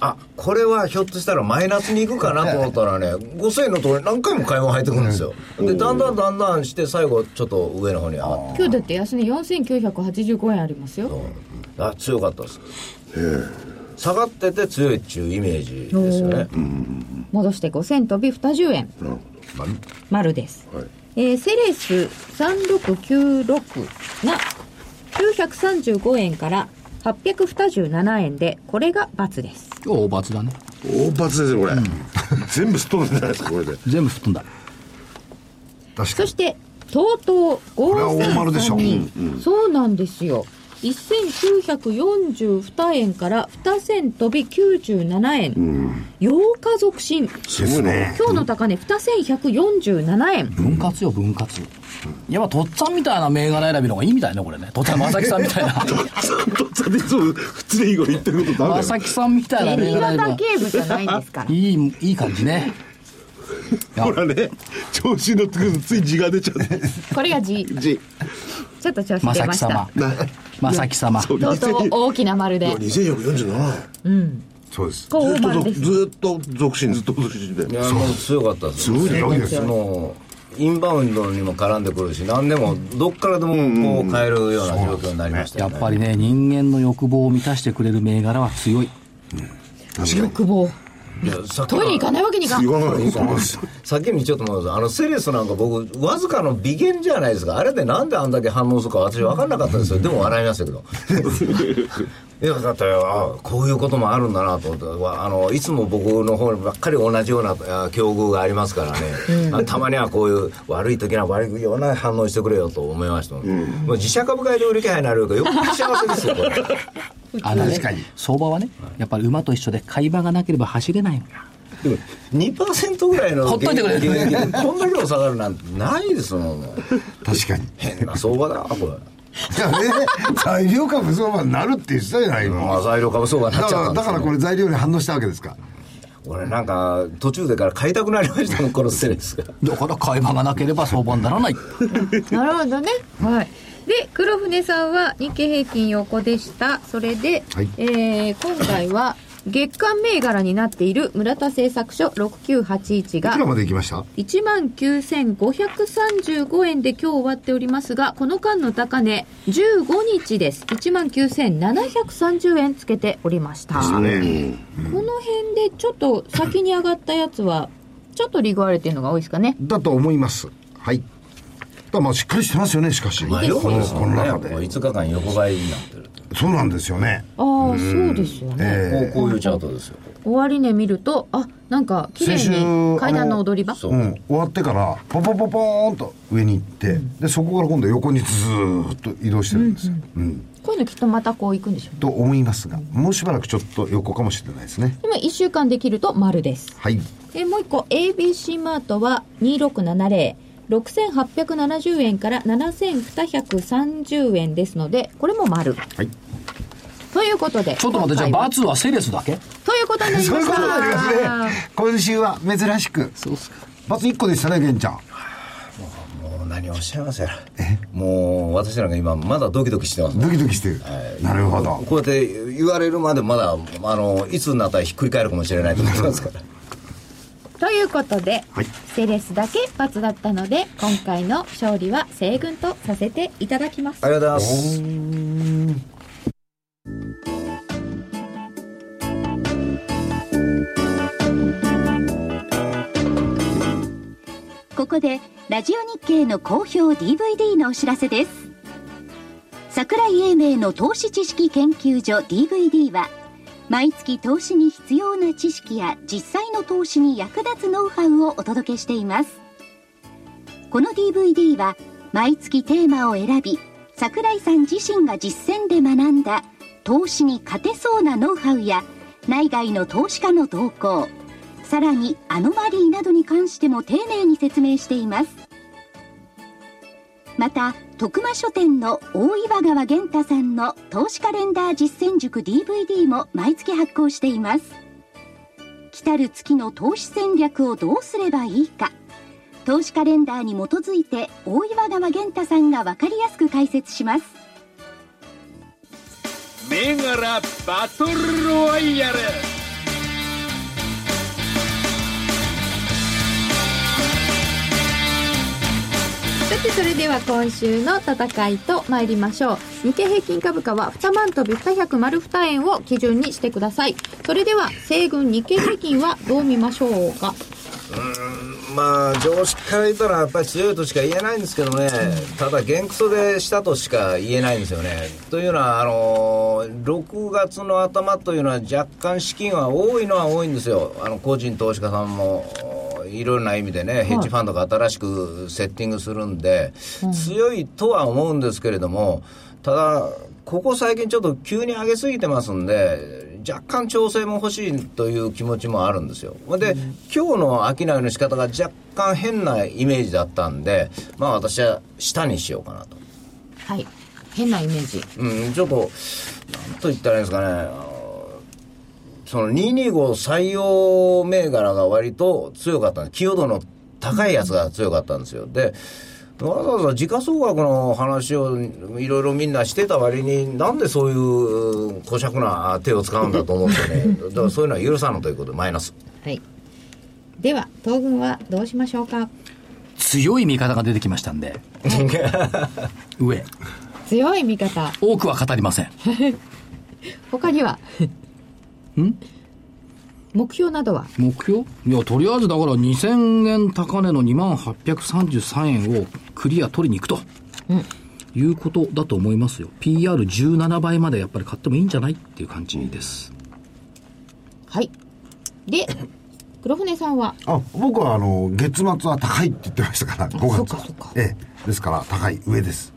Speaker 4: あこれはひょっとしたらマイナスに行くかなと思ったらね5000円のところに何回も買い物入ってくるんですよでだんだんだんだんして最後ちょっと上の方に上がって
Speaker 1: 今日だって安値4985円ありますよ
Speaker 4: あ強かったです下がってて強いっていうイメージですよね
Speaker 1: 戻して5000飛び20円丸です、えーセレス3696が935円から827円でこれが×です
Speaker 2: 今日は大罰だね
Speaker 5: 大罰ですよこれ、 全部すっ飛んでんじゃないですかこれで
Speaker 2: 全部吹っ飛んだ
Speaker 3: 確か
Speaker 1: そ
Speaker 3: に
Speaker 1: して、とうとう
Speaker 3: れは大丸でしょ
Speaker 1: 5332そうなんですよ。1942円から2000飛び97円。8日続伸。
Speaker 3: ですね
Speaker 1: 今日の高値2147円。
Speaker 2: 分割よ分割やっぱとっつぁんみたいな銘柄選びの方がいいみたいねこれねとっつぁん正木さんみたいな
Speaker 5: とっさでいつも普通でいいこと言ってることダメだ
Speaker 2: 正
Speaker 5: よ
Speaker 2: 木さんみたいな銘
Speaker 1: 新
Speaker 2: 柄選
Speaker 1: 潟
Speaker 2: び
Speaker 1: 警部じゃないですか
Speaker 2: は
Speaker 1: ら。
Speaker 2: いいいい感じねいや
Speaker 5: ほらね調子に乗ってくるとつい字が出ちゃう
Speaker 1: これが G。
Speaker 5: 字
Speaker 1: ちょっと調子
Speaker 2: 正
Speaker 1: 出ま
Speaker 2: 木
Speaker 1: した
Speaker 2: 様。正木様
Speaker 5: そう
Speaker 1: とうとう大きな丸で。
Speaker 5: 2447円
Speaker 3: そうです
Speaker 1: こう大丸で
Speaker 5: ずっ
Speaker 1: す
Speaker 5: と。ずっと続進ずっと続進で
Speaker 4: いやもう強かったですね
Speaker 3: 強いですよ
Speaker 4: もうインバウンドにも絡んでくるし何でもどっからでもこう変えるような状況になりました
Speaker 2: や
Speaker 4: よ
Speaker 2: っ
Speaker 4: ね
Speaker 2: ぱりね人間の欲望を満たしてくれる銘柄は強い
Speaker 1: 欲望。
Speaker 4: いやさっき
Speaker 1: トイレ行かないわけにいかん。
Speaker 5: 言わないです
Speaker 4: さっきにちょっと戻すあのセレスなんか僕わずかの微減じゃないですかあれでなんであんだけ反応するか私分かんなかったですよでも笑いましたけど いやだってあこういうこともあるんだなと思ってわあのいつも僕の方にばっかり同じようなあ境遇がありますからね、あたまにはこういう悪い時には悪いような反応してくれよと思いましたもん、もう自社株買いで売る気配になるよりかよっぽど幸せですよ これ
Speaker 2: あのね
Speaker 3: 確かに
Speaker 2: 相場はねやっぱり馬と一緒で買い場がなければ走れないの
Speaker 4: でも2%ぐらいの
Speaker 2: ほっといてくれ
Speaker 4: 減益でこんだけも下がるなんてないですもん
Speaker 3: 確かに
Speaker 4: 変な相場だなこれ。
Speaker 3: いやね 材料株相場になるって言ってたじゃないの
Speaker 4: まあ、材料株相場に
Speaker 3: だ
Speaker 4: なっ
Speaker 3: か
Speaker 4: ちゃっ
Speaker 3: ら
Speaker 4: たん
Speaker 3: だか
Speaker 4: です
Speaker 3: ら
Speaker 4: よ
Speaker 3: これ材料に反応したわけですか
Speaker 4: 俺なんか途中でから買いたくなりましたもんこのセレスが
Speaker 2: だから買い場がなければ相場にならない
Speaker 1: なるほどね。はい。で、黒船さんは日経平均横でした。それで、
Speaker 3: はい
Speaker 1: えー今回は月間銘柄になっている村田製作所6981
Speaker 3: い
Speaker 1: が
Speaker 3: くらまで行きました
Speaker 1: 1万9535円で今日終わっておりますが、この間の高値、15日です。1万9730円つけておりました。この
Speaker 3: ね
Speaker 1: 辺でちょっと先に上がったやつは、ちょっとリグわれてるのが多いですかね。
Speaker 3: だと思いますはいだまあしっかりしてますよねしかし、
Speaker 4: まあ、
Speaker 3: この
Speaker 4: 横ですも
Speaker 3: この
Speaker 4: んね。
Speaker 3: 中
Speaker 4: もう
Speaker 3: で
Speaker 4: 5日間横ばいになってる。
Speaker 3: そうなんですよね
Speaker 1: ああ、そうですよね。
Speaker 4: こうこういうチャートですよ。
Speaker 1: 終値見ると、あ、なんか綺
Speaker 3: 先
Speaker 1: 麗
Speaker 3: 週
Speaker 1: に階段の踊り場。
Speaker 4: そう
Speaker 3: うん、終わってからポポポポーンと上に行って、でそこから今度横にずーっと移動してるんですよ、うん
Speaker 1: こういうのきっとまたこう行くんでしょうね。
Speaker 3: と思いますがもうしばらくちょっと横かもしれないですね
Speaker 1: でも1週間できると丸です。
Speaker 3: はい
Speaker 1: えーもう一個 ABC マートは2670 6870円から7230円ですので、これも丸。
Speaker 3: はい
Speaker 1: ということで。
Speaker 2: ちょっと待って、じゃあ、
Speaker 1: 今回は
Speaker 2: バツはセレスだけ
Speaker 1: ということになり
Speaker 3: そ
Speaker 1: ま
Speaker 3: ういう
Speaker 1: し
Speaker 3: ことになりますね
Speaker 1: た。
Speaker 3: 今週は珍しく
Speaker 2: そうっすか。
Speaker 3: バツ1個でしたね玄ちゃん
Speaker 4: もう何をおっしゃいますやら。もう私なんか今まだドキドキしてます。
Speaker 3: ドキドキしてる、なるほど
Speaker 4: こうやって言われるまでまだあのいつになったらひっくり返るかもしれないと思ってますから。
Speaker 1: ということで、
Speaker 3: はい
Speaker 1: セレスだけ罰だったので、今回の勝利は西軍とさせていただきます。
Speaker 4: ありがとうございます。
Speaker 6: ここでラジオ日経の好評 DVD のお知らせです桜井英明の投資知識研究所 DVD は毎月投資に必要な知識や実際の投資に役立つノウハウをお届けしていますこの DVD は毎月テーマを選び桜井さん自身が実践で学んだ投資に勝てそうなノウハウや内外の投資家の動向さらにアノマリーなどに関しても丁寧に説明していますまた徳間書店の大岩川源太さんの投資カレンダー実践塾 DVD も毎月発行しています来たる月の投資戦略をどうすればいいか投資カレンダーに基づいて大岩川源太さんが分かりやすく解説します
Speaker 7: 銘柄バトルロワイヤル
Speaker 1: さてそれでは今週の戦いと参りましょう日経平均株価は2万飛び200丸2円を基準にしてくださいそれでは西軍日経平均はどう見ましょうか
Speaker 4: まあ常識から言ったらやっぱり強いとしか言えないんですけどね、ただ、元クソでしたとしか言えないんですよね。というのは、あの6月の頭というのは、若干資金は多いのは多いんですよ、あの個人投資家さんも。いろいろな意味でね、ヘッジファンドが新しくセッティングするんで、強いとは思うんですけれども、ただ、ここ最近ちょっと急に上げすぎてますんで、若干調整も欲しいという気持ちもあるんですよ。で、今日の商いの仕方が若干変なイメージだったんで、まあ私は下にしようかなと。
Speaker 1: はい変なイメージ
Speaker 4: うん、ちょっと、なんと言ったらいいんですかね、あのその225採用銘柄が割と強かったんです。寄与度の高いやつが強かったんですよ。で、わざわざ時価総額の話をいろいろみんなしてた割に、なんでそういう小尺な手を使うんだと思うんですよね。だからそういうのは許さんのということで、マイナス。
Speaker 1: はいでは東軍はどうしましょうか
Speaker 2: 強い味方が出てきましたんで。上。
Speaker 1: 強い味方
Speaker 2: 多くは語りません。
Speaker 1: 他に は目標などは
Speaker 2: 目標いや、とりあえずだから2000円高値の2833円をクリア取りに行くと。いうことだと思いますよ。PR17 倍までやっぱり買ってもいいんじゃないっていう感じです。
Speaker 1: はいで黒船さんは
Speaker 3: あ僕はあの月末は高いって言ってましたから5月は
Speaker 1: そっかそっか
Speaker 3: ええですから高い上です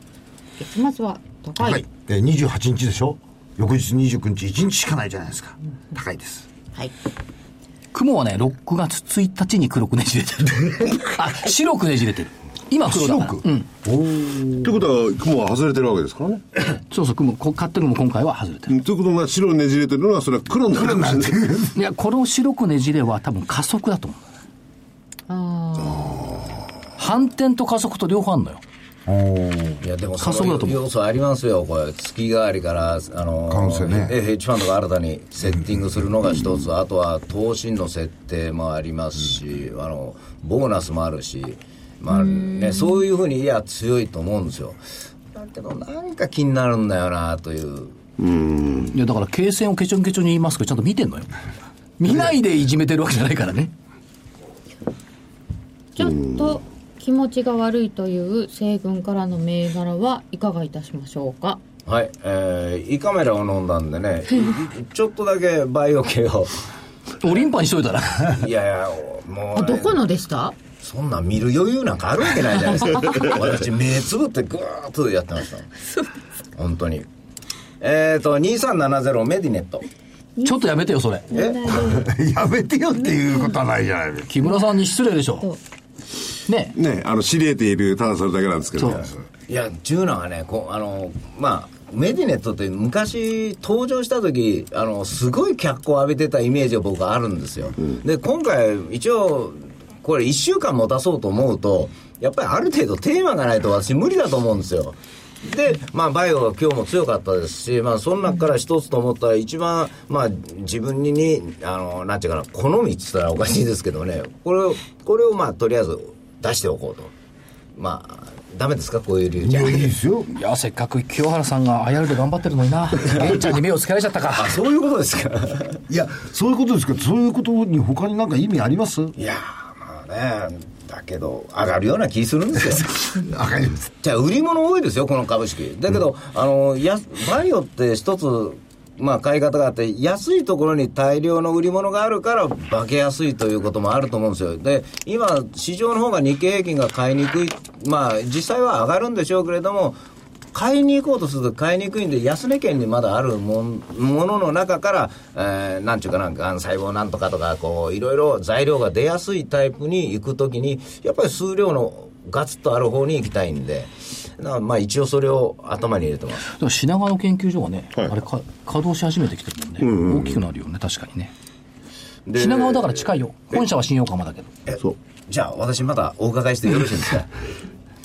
Speaker 1: 月末は高い、
Speaker 3: ええ28日でしょ翌日29日1日しかないじゃないですか高いです
Speaker 1: はい
Speaker 2: 雲はね、6月1日に黒くねじれて る。あ、白くねじれてる。今黒だから。
Speaker 3: 白く
Speaker 2: うん。
Speaker 5: ということは雲は外れてるわけですからね
Speaker 2: そうそう、雲、こ買ってる雲今回は外れて
Speaker 5: う
Speaker 2: る。
Speaker 5: んということは白ねじれてるのはそれは黒になるかもしれない
Speaker 2: いや、この白くねじれは多分加速だと思う。
Speaker 1: ああ
Speaker 2: 反転と加速と両方あんのよ。
Speaker 3: おー
Speaker 4: いやでも
Speaker 2: 加
Speaker 4: そ
Speaker 2: 速だ
Speaker 4: の
Speaker 2: と思う
Speaker 4: 要素ありますよ、これ、月替わりから、あの
Speaker 3: 可能性ね
Speaker 4: えヘッジファンドが新たにセッティングするのが一つ、あとは投資の設定もありますし、あのボーナスもあるし、まあね、そういうふうに、いや、強いと思うんですよ。だけど、なんか気になるんだよなという、
Speaker 2: いやだから経線をケチョンケチョンに言いますけどちゃんと見てんのよ見ないでいじめてるわけじゃないからね
Speaker 1: ちょっと気持ちが悪いという西軍からの銘柄はいかがいたしましょうか
Speaker 4: はい、えー胃カメラを飲んだんでね、ちょっとだけバイオ系を、
Speaker 2: オリンパにしといたら
Speaker 4: いやいや、もう、
Speaker 1: あどこのでした
Speaker 4: そんなん見る余裕なんかあるわけないじゃないですか私目つぶってぐーっとやってました本当にえっ、ー、と2370メディネット
Speaker 2: ちょっとやめてよそれ
Speaker 4: え
Speaker 3: やめてよっていうことはないじゃないですか。
Speaker 2: 木村さんに失礼でしょ
Speaker 1: そ
Speaker 2: ね
Speaker 5: ね、あの、知り得ている、ただそれだけなんですけどね。
Speaker 4: いや柔軟はねこうあのまあメディネットって昔登場した時あのすごい脚光を浴びてたイメージが僕はあるんですよ、で今回一応これ1週間持たそうと思うとやっぱりある程度テーマがないと私無理だと思うんですよで、まあ、バイオが今日も強かったですし、まあ、その中から一つと思ったら、一番、まあ、自分にに、あの、なんていうかな、好みって言ったらおかしいですけどね、これを、これを、まあ、とりあえず出しておこうと。まあ、ダメですか、こういう理由
Speaker 3: い
Speaker 4: じゃ
Speaker 3: や、いいですよ。
Speaker 2: いやせっかく清原さんが IR で頑張ってるのにな玄ちゃんに目をつけられちゃったか
Speaker 4: あそういうことですか
Speaker 3: いや、そういうことですけど、そういうことに他になんか意味あります
Speaker 4: いやーまあねだけど上がるような気するんです よ
Speaker 3: わかります。
Speaker 4: じゃあ売り物多いですよこの株式だけど、あのやバイオって一つまあ買い方があって安いところに大量の売り物があるから化けやすいということもあると思うんですよで今市場の方が日経平均が買いにくいまあ実際は上がるんでしょうけれども買いに行こうとすると買いにくいんで、安値圏にまだあるもんものの中から、えー、なんちゅうかな、がん細胞なんとかとか、こう、いろいろ材料が出やすいタイプに行くときに、やっぱり数量のガツッとある方に行きたいんで、だからまあ一応それを頭に入れてます。
Speaker 2: でも品川の研究所がね、
Speaker 5: はい
Speaker 2: あれか稼働し始めてきてるもんね、大きくなるよね確かにね
Speaker 4: で
Speaker 2: 品川だから近いよ本社は新横浜だけど
Speaker 5: そう。
Speaker 4: じゃあ私まだお伺いしてよろしいですか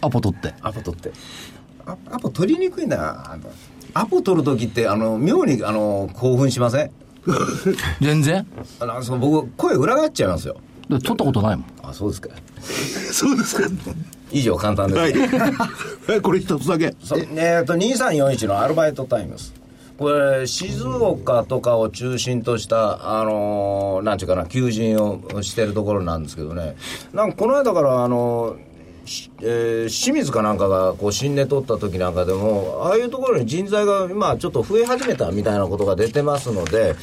Speaker 2: アポ取って
Speaker 4: アポ取って。あアポ取りにくいなあのアポ取るときって、あの、妙に、あの、興奮しません
Speaker 2: 全然
Speaker 4: あのそう僕、声裏返っちゃいますよ。
Speaker 2: だって取ったことないもん
Speaker 4: あ、そうですか。
Speaker 5: そうですか。
Speaker 4: 以上、簡単です。
Speaker 5: はい。え、これ一つだけ。
Speaker 4: そえーと2341のアルバイトタイムスこれ静岡とかを中心としたあのーなんていうかな求人をしてるところなんですけどねなんかこの間からあのーしえー清水かなんかがこう新値取った時なんかでもああいうところに人材が今ちょっと増え始めたみたいなことが出てますので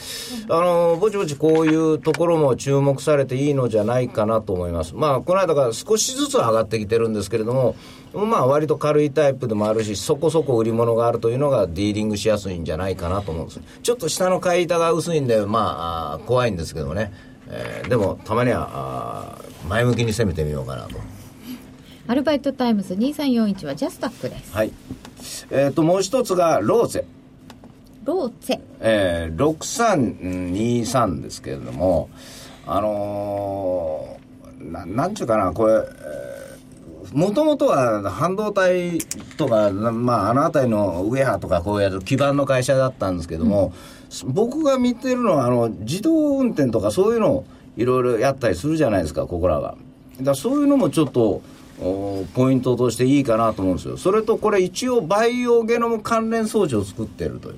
Speaker 4: あのーぼちぼちこういうところも注目されていいのじゃないかなと思いますまあこの間から少しずつ上がってきてるんですけれどもまあ割と軽いタイプでもあるしそこそこ売り物があるというのがディーリングしやすいんじゃないかなと思うんですちょっと下の買い板が薄いんでまああー怖いんですけどね、えーでもたまにはあー前向きに攻めてみようかなと
Speaker 1: アルバイトタイムズ2341はジャスタックです
Speaker 4: はいえっ、ともう一つがローゼ
Speaker 1: ローチェ
Speaker 4: えー、6323ですけれども、あのーななんちゅうかな、これ、もともとは半導体とか、なまあ、あの辺りのウェハとかこうやる基盤の会社だったんですけども、僕が見てるのはあの自動運転とかそういうのをいろいろやったりするじゃないですかここらがだからそういうのもちょっとおポイントとしていいかなと思うんですよそれとこれ一応バイオゲノム関連装置を作ってるという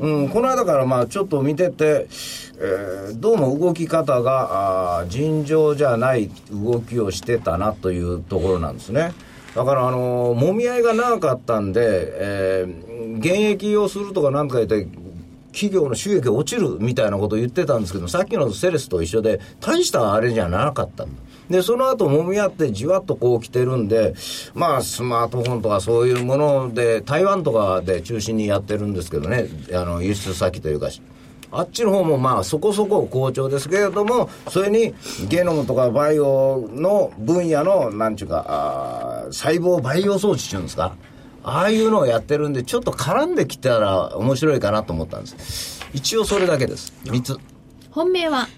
Speaker 4: うん、この間からまあちょっと見てて、えーどうも動き方があー尋常じゃない動きをしてたなというところなんですね。だから、あのー揉み合いが長かったんで、えー、現役をするとかなんとか言って、企業の収益が落ちるみたいなことを言ってたんですけど、さっきのセレスと一緒で、大したあれじゃなかった。で、その後揉み合ってじわっとこう来てるんで、まあスマートフォンとかそういうもので、台湾とかで中心にやってるんですけどね、あの、輸出先というか、あっちの方もまあそこそこ好調ですけれども、それにゲノムとかバイオの分野の、なんちゅうか、あー細胞培養装置っていうんですか。ああいうのをやってるんで、ちょっと絡んできたら面白いかなと思ったんです。一応それだけです。3つ。
Speaker 1: 本命は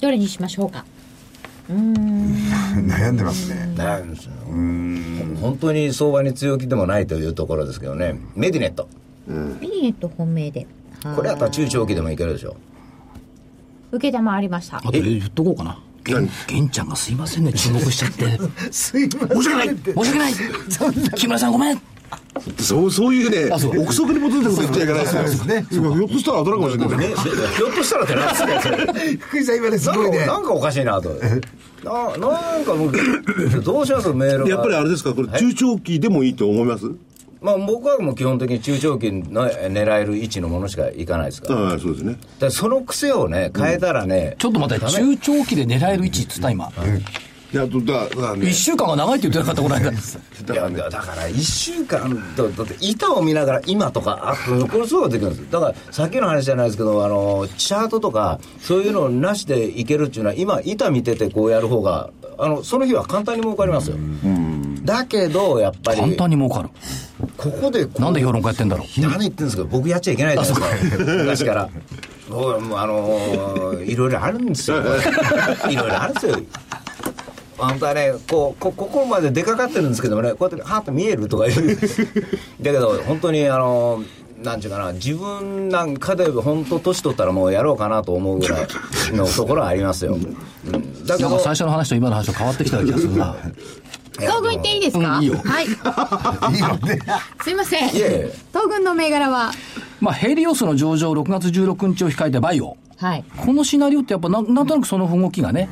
Speaker 1: どれにしましょうか
Speaker 3: 悩んでます ね
Speaker 4: なんですよ本当に相場に強気でもないというところですけどね、メディネット、
Speaker 1: ミリネット本命で。はい
Speaker 4: これはやっぱ中長期でもいけるでしょ
Speaker 1: 受け玉ありました
Speaker 2: あ。と言っとこうかな。げん、げんちゃんがすいませんね、注目しちゃって。
Speaker 3: すいませ
Speaker 2: 申
Speaker 3: ん
Speaker 2: し訳ない申し訳 ない木村さんごめん
Speaker 5: そうそういうね
Speaker 2: そう
Speaker 5: 憶測に基づいたこと言っちゃいけないですよねひょっとしたら当たるかもしれ
Speaker 4: う、
Speaker 5: ない
Speaker 4: ね、ひょっとしたらってなんですか、それ
Speaker 3: 福井さん今ね すごいね
Speaker 4: なんかなんかおかしいなと。ななんかもう、どうしますメールが
Speaker 5: やっぱりあれですかこれ中長期でもいいと思います
Speaker 4: まあ僕はもう基本的に中長期の狙える位置のものしかいかないですから。だか
Speaker 5: はいそうですね
Speaker 4: らその癖をね、変えたらね、
Speaker 2: ちょっと待って
Speaker 4: ダ
Speaker 2: 中
Speaker 4: メ
Speaker 2: 長期で狙える位置っつった今
Speaker 5: いやとだだね
Speaker 2: 1週間が長いって言ってなかったこの間
Speaker 4: いやだから1週間だだって板を見ながら今とかあこれそうできるんですだからさっきの話じゃないですけどあのチャートとかそういうのなしでいけるっていうのは今板見ててこうやる方があのその日は簡単に儲かりますよだけどやっぱ
Speaker 2: 簡
Speaker 4: り
Speaker 2: 単に儲かる
Speaker 4: ここでこう
Speaker 2: なんで評論家やってんだろう
Speaker 4: 何言ってんですか僕やっちゃいけないじゃないですか昔から僕はもうあのーいろいろあるんですよいろいろあるんですよ本当はねこうこここまで出かかってるんですけどもねこうやってハーッと見えるとか言うだけど本当にあのーなんていうかな自分なんかで本当年取ったらもうやろうかなと思うぐらいのところはありますよ、うんだけ
Speaker 2: なんか
Speaker 4: ど
Speaker 2: 最初の話と今の話は変わってきた気がするな
Speaker 1: 東軍行っていいですか、
Speaker 2: うんいいよ
Speaker 1: はい。
Speaker 3: いいよね
Speaker 1: すいません。
Speaker 4: いえいえ
Speaker 1: 東軍の銘柄は
Speaker 2: まあヘリオスの上場6月16日を控えてバイオ
Speaker 1: はい。
Speaker 2: このシナリオってやっぱなんなんとなくその動きがね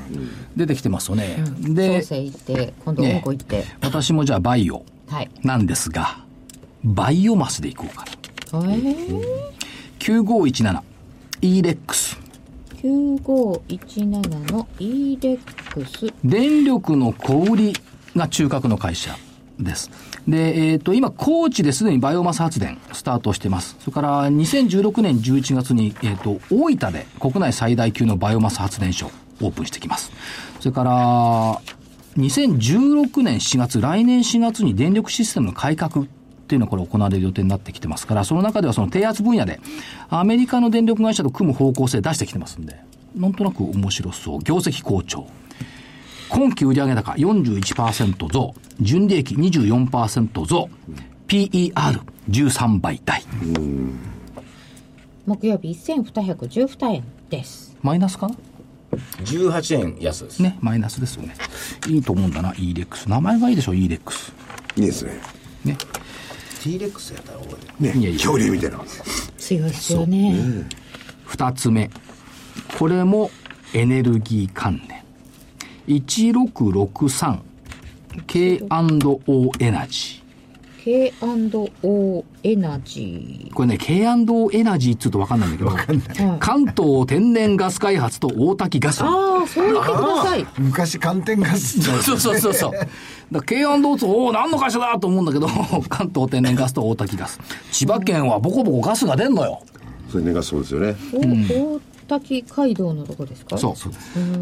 Speaker 2: 出てきてますよねで
Speaker 1: 創生行って、今度
Speaker 2: ね
Speaker 1: 香港行って。
Speaker 2: 私もじゃあバイオ
Speaker 1: はい。
Speaker 2: なんですがバイオマスでいこうかな
Speaker 1: えー、
Speaker 2: 9517 e レックス
Speaker 1: 9517の e レックス
Speaker 2: 電力の小売りが中核の会社です。で、えっ、と、今、高知ですでにバイオマス発電スタートしてます。それから、2016年11月に、えっ、と、大分で国内最大級のバイオマス発電所オープンしてきます。それから、2016年4月、来年4月に電力システムの改革っていうのがこれ行われる予定になってきてますから、その中ではその低圧分野で、アメリカの電力会社と組む方向性出してきてますんで、なんとなく面白そう。業績好調。今期売上高41%増、純利益24%増、PER13 倍台。
Speaker 1: 木曜日1212円です
Speaker 2: マイナスかな
Speaker 4: 18円安です、
Speaker 2: ね、マイナスですよね。いいと思うんだな、ELEX。名前がいいでしょ、ELEX。
Speaker 5: いいですね
Speaker 2: ね。
Speaker 4: T レックスやったら覚えてる
Speaker 5: ね
Speaker 2: いやいや
Speaker 5: 恐竜みたいな
Speaker 1: 強いですよね
Speaker 2: 二つ目。これもエネルギー関連。1663、K&O エナジー。
Speaker 1: K&O エナジ
Speaker 2: これね、K&O エナジーっつうと分かんないんだけど、関東天然ガス開発と大滝ガス。
Speaker 1: ーああそう言ってください
Speaker 3: 昔寒天ガスの
Speaker 2: そうそうそうそう。だから K&O と、おお、何の会社だと思うんだけど、関東天然ガスと大滝ガス。千葉県はボコボコガスが出んのよ。
Speaker 5: それ願そうですよね
Speaker 1: お大滝街道のとこですか
Speaker 2: そ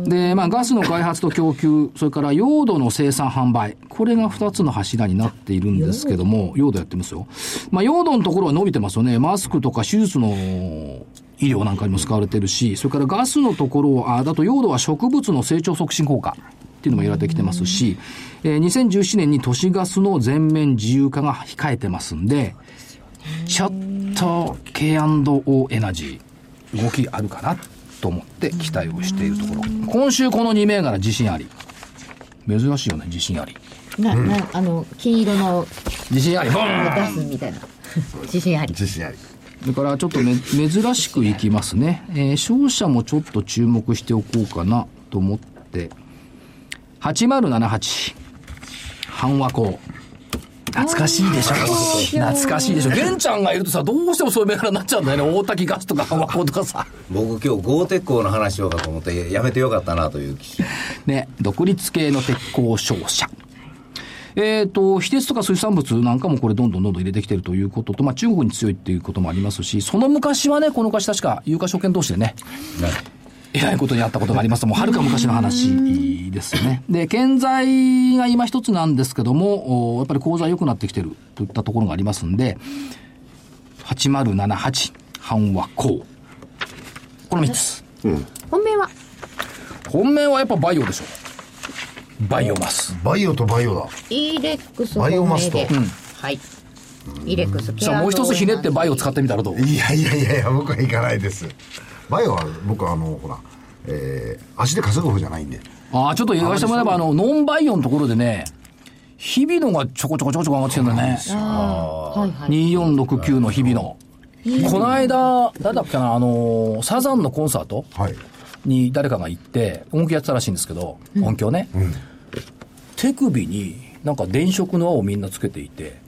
Speaker 2: う。で、まあ、ガスの開発と供給、それから用土の生産販売。これが2つの柱になっているんですけども、用土やってますよ。まあ、用土のところは伸びてますよね。マスクとか手術の医療なんかにも使われてるし、それからガスのところは、あだと用土は植物の成長促進効果。っていうのも言われてきてますし、えー2017年に都市ガスの全面自由化が控えてますんで、ちょっと K&O エナジー動きあるかなと思って期待をしているところ今週この2銘柄自信あり珍しいよね自信あり
Speaker 1: ななあの金色の
Speaker 2: 自信ありボーン
Speaker 1: ガスみたいな自信あり
Speaker 3: 自信あり
Speaker 2: だからちょっとめ珍しくいきますね、えー商社もちょっと注目しておこうかなと思って8078半和光懐かしいでしょ懐かしいでしょ玄ちゃんがいるとさどうしてもそういう銘柄になっちゃうんだよね大滝ガスとか半和光とかさ
Speaker 4: 僕今日ゴーテッコーの話しようかと思ってやめてよかったなという気
Speaker 2: ね、独立系の鉄鋼商社。えっ、と、非鉄とか水産物なんかもこれどんどんどんどん入れてきてるということと、まあ中国に強いっていうこともありますし、その昔はね、この会社確か有価証券投資でね、えらいことにあったことがあります。もうはるか昔の話ですよね。で、建材が今一つなんですけども、おやっぱり口座良くなってきてるといったところがありますんで、8078、半和光。この3つ。
Speaker 1: 本命は
Speaker 2: 本命はやっぱバイオでしょ。バイオマス。
Speaker 3: バイオとバイオだ。
Speaker 1: イレックス
Speaker 3: バイオマスと
Speaker 1: 本命ではいイレックス
Speaker 2: さあ、もう一つひねってバイオ使
Speaker 1: っ
Speaker 2: ってみたらどう
Speaker 3: いやいやいやいや、僕は行かないです。バイオは、僕はあの、ほら、えー、足で稼ぐ方じゃないんで。
Speaker 2: ああ、ちょっと言わせてもらえば、あの、ノンバイオのところでね、日々のがちょこちょこちょこちょこ上がってきてんだね。
Speaker 1: はいはい
Speaker 2: 2469の日々の。この間、誰だっけかな、あのー、サザンのコンサート
Speaker 3: はい。
Speaker 2: に誰かが行って、音響やってたらしいんですけど、音響ね。手首になんか電飾の輪をみんなつけていて、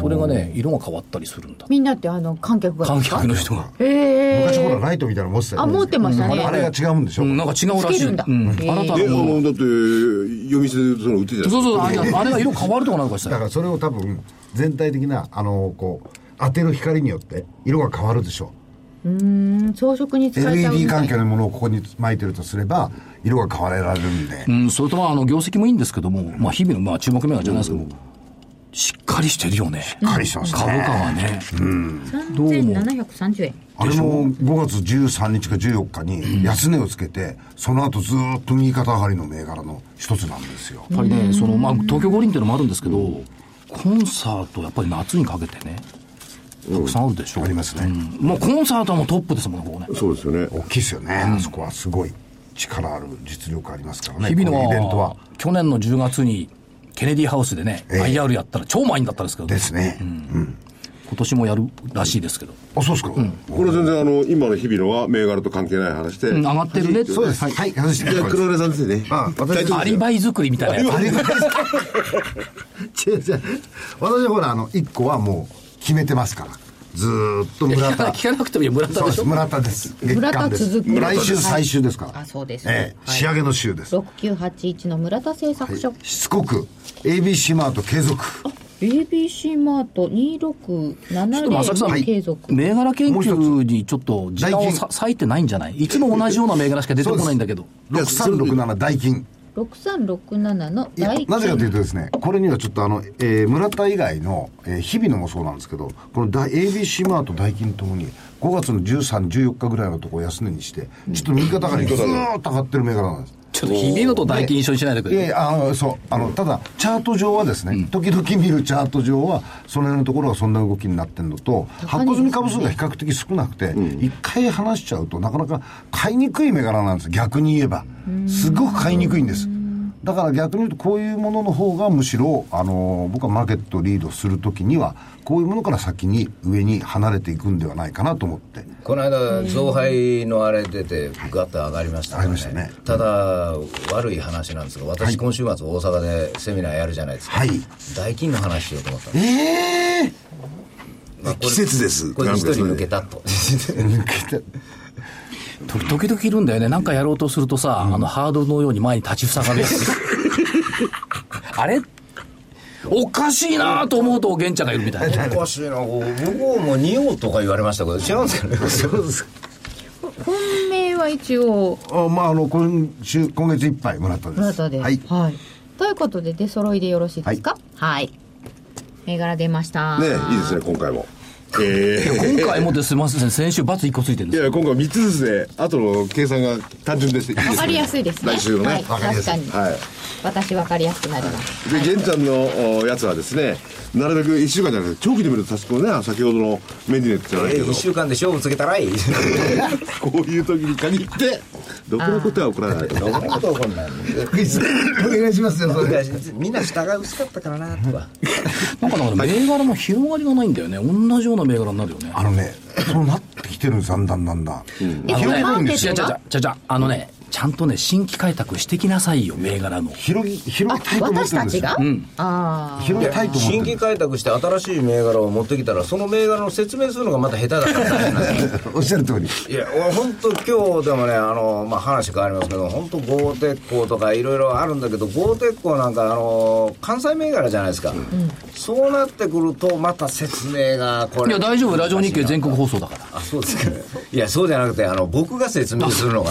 Speaker 2: それがね、色が変わったりするんだ。
Speaker 1: みんなってあの観客が
Speaker 2: 観客の人が。
Speaker 1: へ
Speaker 3: 昔ほら、
Speaker 1: え
Speaker 3: ライトみたいなの持ってたよ
Speaker 1: あ持ってましたね
Speaker 3: あれあれが違うんでしょ、
Speaker 2: うん、なんか違うらし
Speaker 1: つけ
Speaker 2: い。う
Speaker 1: る
Speaker 2: んん。
Speaker 1: だ
Speaker 2: あな
Speaker 1: へー
Speaker 2: た
Speaker 5: えあ
Speaker 2: のも
Speaker 5: の
Speaker 2: の。
Speaker 5: だって夜店でその売ってたじゃないですか
Speaker 2: そうそう、あれあれが色変わるとかなんかした
Speaker 3: だか
Speaker 2: よ。
Speaker 3: らそれを多分、全体的な、あの、こう、当てる光によって、色が変わるでしょ
Speaker 1: うん装飾に使えちゃう
Speaker 3: LED
Speaker 1: みた
Speaker 3: 環
Speaker 1: い
Speaker 3: 境のものをここに巻いてるとすれば、色が変わられるんで
Speaker 2: う。ん、それとまあ、あの、業績もいいんですけども、まあ、日々の、まあ、注目銘柄じゃないですけども、しっかりしてるよね。
Speaker 3: しっかりしてますね
Speaker 2: 株価はね。
Speaker 1: 3730円
Speaker 3: あれも5月13日か14日に安値をつけて、その後ずーっと右肩上がりの銘柄の一つなんですよ。
Speaker 2: やっぱりね、その、まあ、東京五輪っていうのもあるんですけど、コンサート、やっぱり夏にかけてね、たくさんあるでしょ。
Speaker 3: ありますね
Speaker 2: うんもうコンサートはもうトップですもんね、ここね。
Speaker 5: そうですよね
Speaker 3: 大きいですよね、あそこはすごい力ある実力ありますからね
Speaker 2: 日々
Speaker 3: こ
Speaker 2: の
Speaker 3: ういうイベントは
Speaker 2: 去年の10月に、ケネディハウスでね、
Speaker 3: ええ
Speaker 2: IR やったら超満員だったんですけど、
Speaker 3: ですね、
Speaker 2: 今年もやるらしいですけど。
Speaker 3: あそうですか、
Speaker 5: これ全然あの今の日々のは銘柄と関係ない話で、
Speaker 2: うん、上がってるねって。
Speaker 3: そうですはい、外して
Speaker 5: じゃあ黒
Speaker 3: こ
Speaker 5: 根さんですよね
Speaker 3: あ私
Speaker 5: 大丈夫
Speaker 2: ア
Speaker 5: です
Speaker 2: リ
Speaker 5: よ
Speaker 2: バイ作りみたいなやつ。
Speaker 3: れ違う違う 私ほらあの1個はもう決めてますからずーっと
Speaker 2: いや
Speaker 3: 村
Speaker 2: 聞かな
Speaker 3: 田
Speaker 2: 聞かなくてもいいよ、村田
Speaker 3: そう
Speaker 2: で
Speaker 3: で
Speaker 2: し
Speaker 3: す
Speaker 2: ょ。
Speaker 3: 村田です
Speaker 1: 村
Speaker 3: 月
Speaker 1: 田
Speaker 3: 間です
Speaker 1: 続く
Speaker 3: 来週最終ですから
Speaker 1: あそうです
Speaker 3: ええ
Speaker 1: はい
Speaker 3: 仕上げの週です、
Speaker 1: 6981の村田製作所、
Speaker 3: しつこく ABC マート継続
Speaker 1: ABC マート
Speaker 2: ちょっと正木さ
Speaker 1: 2670
Speaker 2: ん、
Speaker 1: 継続、
Speaker 2: 銘柄研究にちょっと時間をさ割いてないんじゃないいつも同じような銘柄しか出てこないんだけど。
Speaker 3: 6367ダイキン
Speaker 1: 6367の
Speaker 3: いや
Speaker 1: 第一
Speaker 3: なぜかというとですね、これにはちょっとあの、えー村田以外の、えー日々のもそうなんですけど、この大 ABC マートダイキンともに、5月の13、14日ぐらいのところを安値にして、ちょっと右肩上がりにずーっと上がってる銘柄なんです。
Speaker 2: ちょっと日々のと大金一緒にしないでく
Speaker 3: いやい
Speaker 2: れ。
Speaker 3: やあのそうあのただチャート上はですね、時々見るチャート上はその辺のところがそんな動きになってるのと発行済み株数が比較的少なくて一、回話しちゃうとなかなか買いにくい銘柄なんです逆に言えばすごく買いにくいんですだから逆に言うとこういうものの方がむしろあの僕はマーケットリードするときにはこういうものから先に上に離れていくんではないかなと思って
Speaker 4: この間、増配のあれ出て、ガッと上がりましたから
Speaker 3: 上がりましたね
Speaker 4: ただ、悪い話なんですが、
Speaker 3: は
Speaker 4: 私、
Speaker 3: い
Speaker 4: 今週末、大阪でセミナーやるじゃないですか、
Speaker 3: はい
Speaker 4: 大金の話しようと思ったんで
Speaker 3: ええ
Speaker 4: すまあこれ
Speaker 5: 季節です
Speaker 4: これで一人
Speaker 5: なんかそれ
Speaker 4: 抜けた と、
Speaker 2: と時々いるんだよね。なんかやろうとするとさ、あの、ハードルのように前に立ちふさがるやつ。あれおかしいなと思うと、玄ちゃんがいるみたいな。
Speaker 4: おかしいな、こう向こうも仁王とか言われましたけど、違うんで すかね、そうです
Speaker 1: 本命は一応
Speaker 3: あまああの今週今月いっぱいもらったです
Speaker 1: 村田です
Speaker 3: はい
Speaker 1: はいということで出揃いでよろしいですかはい、銘柄出ました
Speaker 5: ねいいですね今回もええ
Speaker 2: 今回もですいません、先週罰1個ついてるん
Speaker 5: い
Speaker 2: ですよ。
Speaker 5: や今回3つですね後の計算が単純でしていいですね
Speaker 1: わかりやすいですね
Speaker 5: 来週のね、
Speaker 1: はい、
Speaker 3: わかり
Speaker 1: 確
Speaker 3: やすい
Speaker 1: かに、
Speaker 5: はい
Speaker 1: 私わかりやすくなります
Speaker 5: で玄ちゃんのおやつはですねなるべく1週間じゃなくて長期で見ると確かね先ほどのメディネットじゃないけど
Speaker 4: 1週間で勝負つけたらい い、
Speaker 5: こういう時に限ってどこのことは起こらない
Speaker 4: どんなこと起こんないの
Speaker 3: クイズ お願いしますよそれ
Speaker 4: みんな下が薄かったからなとか、
Speaker 2: なんかだから銘柄も広がりがないんだよね。同じような銘柄になるよね。
Speaker 3: あのねそうなってきてるんですだんだんだんだん、
Speaker 1: え
Speaker 2: あのね
Speaker 1: マーケッ
Speaker 2: じゃ
Speaker 1: トが
Speaker 2: じゃじゃじゃじゃあのね、ちゃんとね、新規開拓してきなさいよ、銘柄の。
Speaker 3: 広げ広げたいと思っ
Speaker 1: 私
Speaker 3: てる
Speaker 1: た
Speaker 3: んです
Speaker 1: ち
Speaker 3: よ
Speaker 1: が、あ
Speaker 3: 広げたいと思
Speaker 4: 新
Speaker 3: って
Speaker 4: 規
Speaker 3: る
Speaker 4: 開拓して新しい銘柄を持ってきたらその銘柄の説明するのがまた下手だから大変なんですよ
Speaker 3: おっしゃる通り
Speaker 4: いや俺本当今日でもねあの、まあ、話変わりますけど本当豪鉄鋼とかいろいろあるんだけど豪鉄鋼なんかあの関西銘柄じゃないですか、そうなってくるとまた説明がこ
Speaker 2: い
Speaker 4: れ
Speaker 2: や、大丈夫、ラジオ日経全国放送だから。
Speaker 4: あそうですかねいやそうじゃなくてあの僕が説明する のが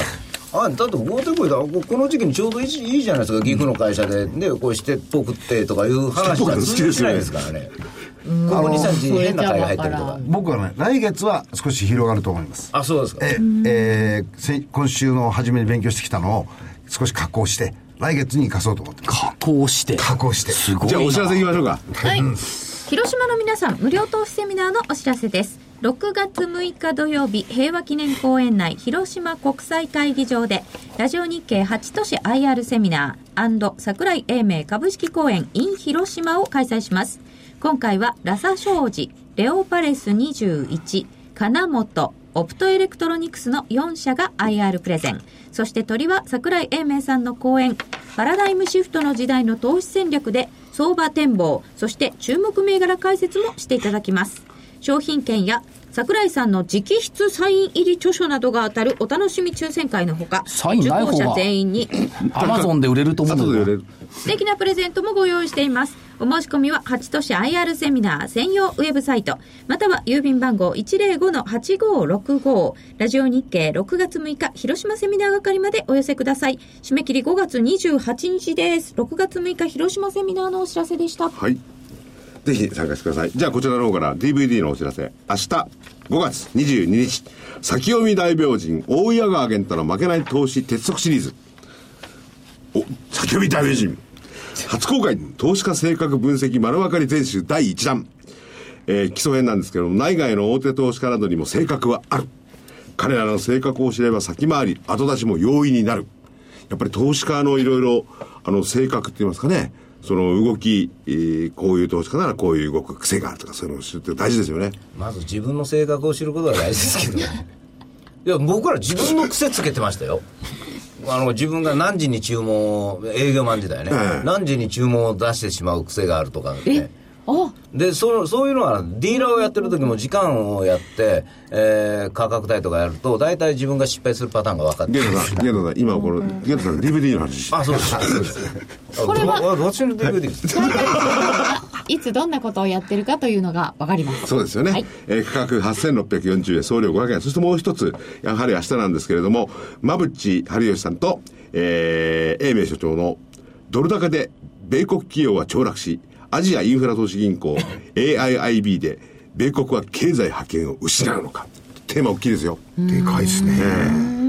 Speaker 4: あだって豪鉄鋼だここの時期にちょうどいいいいじゃないですか岐阜の会社でねこうしてっぽくってとかいう話が通じないですからねここに3日変な会が入ってるとか
Speaker 3: 僕はね来月は少し広がると思います
Speaker 4: あそうですか
Speaker 3: ええーせ今週の初めに勉強してきたのを少し加工して来月に生かそうと思ってます
Speaker 2: 加工して。
Speaker 3: 加工して
Speaker 2: すごいな。
Speaker 5: じゃあお知らせいきましょうか
Speaker 1: はい。広島の皆さん、無料投資セミナーのお知らせです。6月6日土曜日、平和記念公園内、広島国際会議場で、ラジオ日経8都市 IR セミナー桜井英明株式公園 in 広島を開催します。今回は、ラサ商事、レオパレス21、金本、オプトエレクトロニクスの4社が IR プレゼン。そして鳥は桜井英明さんの講演、パラダイムシフトの時代の投資戦略で相場展望、そして注目銘柄解説もしていただきます。商品券や桜井さんの直筆サイン入り著書などが当たるお楽しみ抽選会のほか、
Speaker 2: サインない方が
Speaker 1: 受講者全員に
Speaker 2: アマゾンで売れると思
Speaker 5: 後
Speaker 2: う
Speaker 5: で
Speaker 2: んだ
Speaker 5: 売れ
Speaker 2: よ
Speaker 5: る
Speaker 1: 素敵なプレゼントもご用意しています。お申し込みは8都市 IR セミナー専用ウェブサイト、または郵便番号105-8565、ラジオ日経6月6日広島セミナー係までお寄せください。締め切り5月28日です。6月6日広島セミナーのお知らせでした。
Speaker 5: はいぜひ参加してくださいじゃあこちらの方から DVD のお知らせ明日5月22日先読み大病人大矢川源太の負けない投資鉄則シリーズお先読み大病人初公開投資家性格分析丸分かり全集第1弾えー基礎編なんですけども内外の大手投資家などにも性格はある彼らの性格を知れば先回り後出しも容易になるやっぱり投資家のいろいろあの性格って言いますかねその動き、えーこういう投資家ならこういう動く癖があるとかそういうのを知るって大事ですよね
Speaker 4: まず自分の性格を知ることが大事です けどいや僕ら自分の癖つけてましたよあの自分が何時に注文を営業マン時代ね、
Speaker 5: ええ
Speaker 4: 何時に注文を出してしまう癖があるとかね
Speaker 1: あ、
Speaker 4: でそそういうのはディーラーをやってる時も時間をやって、えー価格帯とかやると大体自分が失敗するパターンが分かって
Speaker 5: ゲントさんゲントさん今このゲントさん DVD の話
Speaker 4: あそう ですこれは私の DVD です
Speaker 8: 大体の人がいつどんなことをやってるかというのが分かります
Speaker 5: そうですよね、
Speaker 8: はい
Speaker 5: えー価格8640円送料500円そしてもう一つやはり明日なんですけれども馬淵春吉さんと、えー、英明所長のドル高で米国企業は凋落しアジアインフラ投資銀行 AIIB で米国は経済覇権を失うのかテーマ大きいですよ
Speaker 3: でかいですね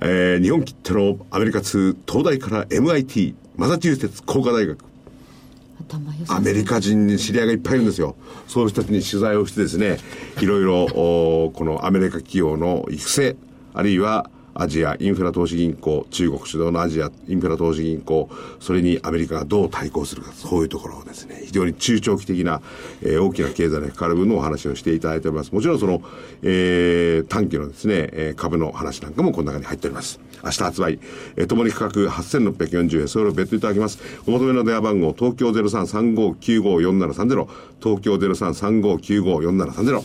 Speaker 5: えー日本きってのアメリカ通東大から MIT マサチューセッツ工科大学
Speaker 8: 頭良さ
Speaker 5: アメリカ人に知り合いがいっぱいいるんですよ。そういう人たちに取材をしてですね、いろいろ、おーこのアメリカ企業の育成、あるいはアジアインフラ投資銀行、中国主導のアジアインフラ投資銀行、それにアメリカがどう対抗するか、そういうところをですね、非常に中長期的な、えー大きな経済に関わる分のお話をしていただいております。もちろんその、えー短期のですね、えー株の話なんかもこの中に入っております。明日発売、えー、ともに価格8640円、それを別途いただきます。お求めの電話番号、東京0335954730、東京0335954730、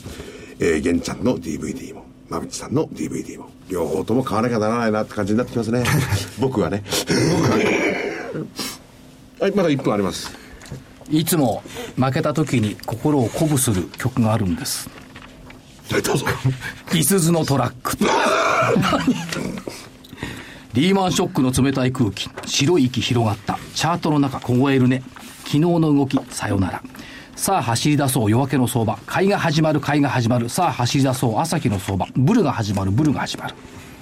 Speaker 5: えー、玄ちゃんの DVD も、まぶちさんの DVD も、両方とも買わなきゃならないなって感じになってきますね。 僕はね。僕はね。はい、まだ1分あります。
Speaker 2: いつも負けた時に心を鼓舞する曲があるんです。
Speaker 5: はい、どうぞ。
Speaker 2: いすズのトラック。リーマンショックの冷たい空気、白い息広がった、チャートの中凍えるね、昨日の動き、さよなら。さあ走り出そう夜明けの相場買いが始まる買いが始まるさあ走り出そう朝日の相場ブルが始まるブルが始まる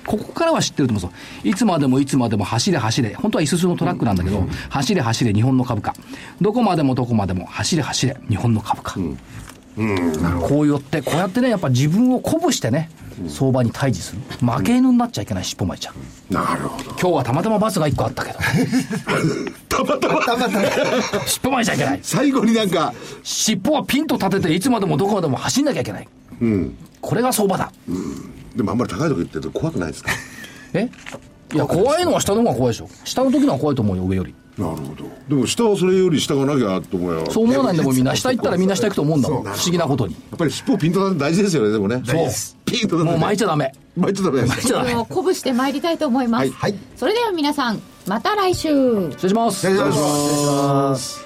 Speaker 2: ここからは知ってると思うんですよいつまでもいつまでも走れ走れ本当は五つのトラックなんだけど、走れ走れ日本の株価どこまでもどこまでも走れ走れ日本の株価、こうやって、こうやってね、やっぱ自分を鼓舞してね、相場に対峙する。負け犬になっちゃいけない、尻尾巻いちゃう。
Speaker 5: なるほど。
Speaker 2: 今日はたまたまバスが1個あったけど、
Speaker 5: たまたま。
Speaker 2: 尻尾巻いちゃいけない。
Speaker 5: 最後になんか、
Speaker 2: 尻尾はピンと立てて、いつまでもどこまでも走んなきゃいけない。これが相場だ。
Speaker 5: でもあんまり高いとこ行ってると怖くないですか
Speaker 2: えいや、怖いのは下の方が怖いでしょ。下の時のは怖いと思うよ、上より。
Speaker 5: なるほど。でも下はそれより下がなきゃと思うよ。
Speaker 2: そう思わないんだもん、みんな。下行ったらみんな下行くと思うんだもん。不思議なことに。
Speaker 5: やっぱり尻尾ピンと立てて大事ですよね、でもね。
Speaker 2: そうです
Speaker 5: ピンと立てて。
Speaker 2: もう巻いちゃダメ。
Speaker 5: 巻いちゃダメです
Speaker 2: 巻いちゃダ
Speaker 8: そ
Speaker 2: メ。
Speaker 8: れ を
Speaker 2: 失
Speaker 8: 鼓舞して参りたいと思います、
Speaker 5: はい
Speaker 8: それでは皆さんまた来週
Speaker 2: 礼します。
Speaker 3: 失礼します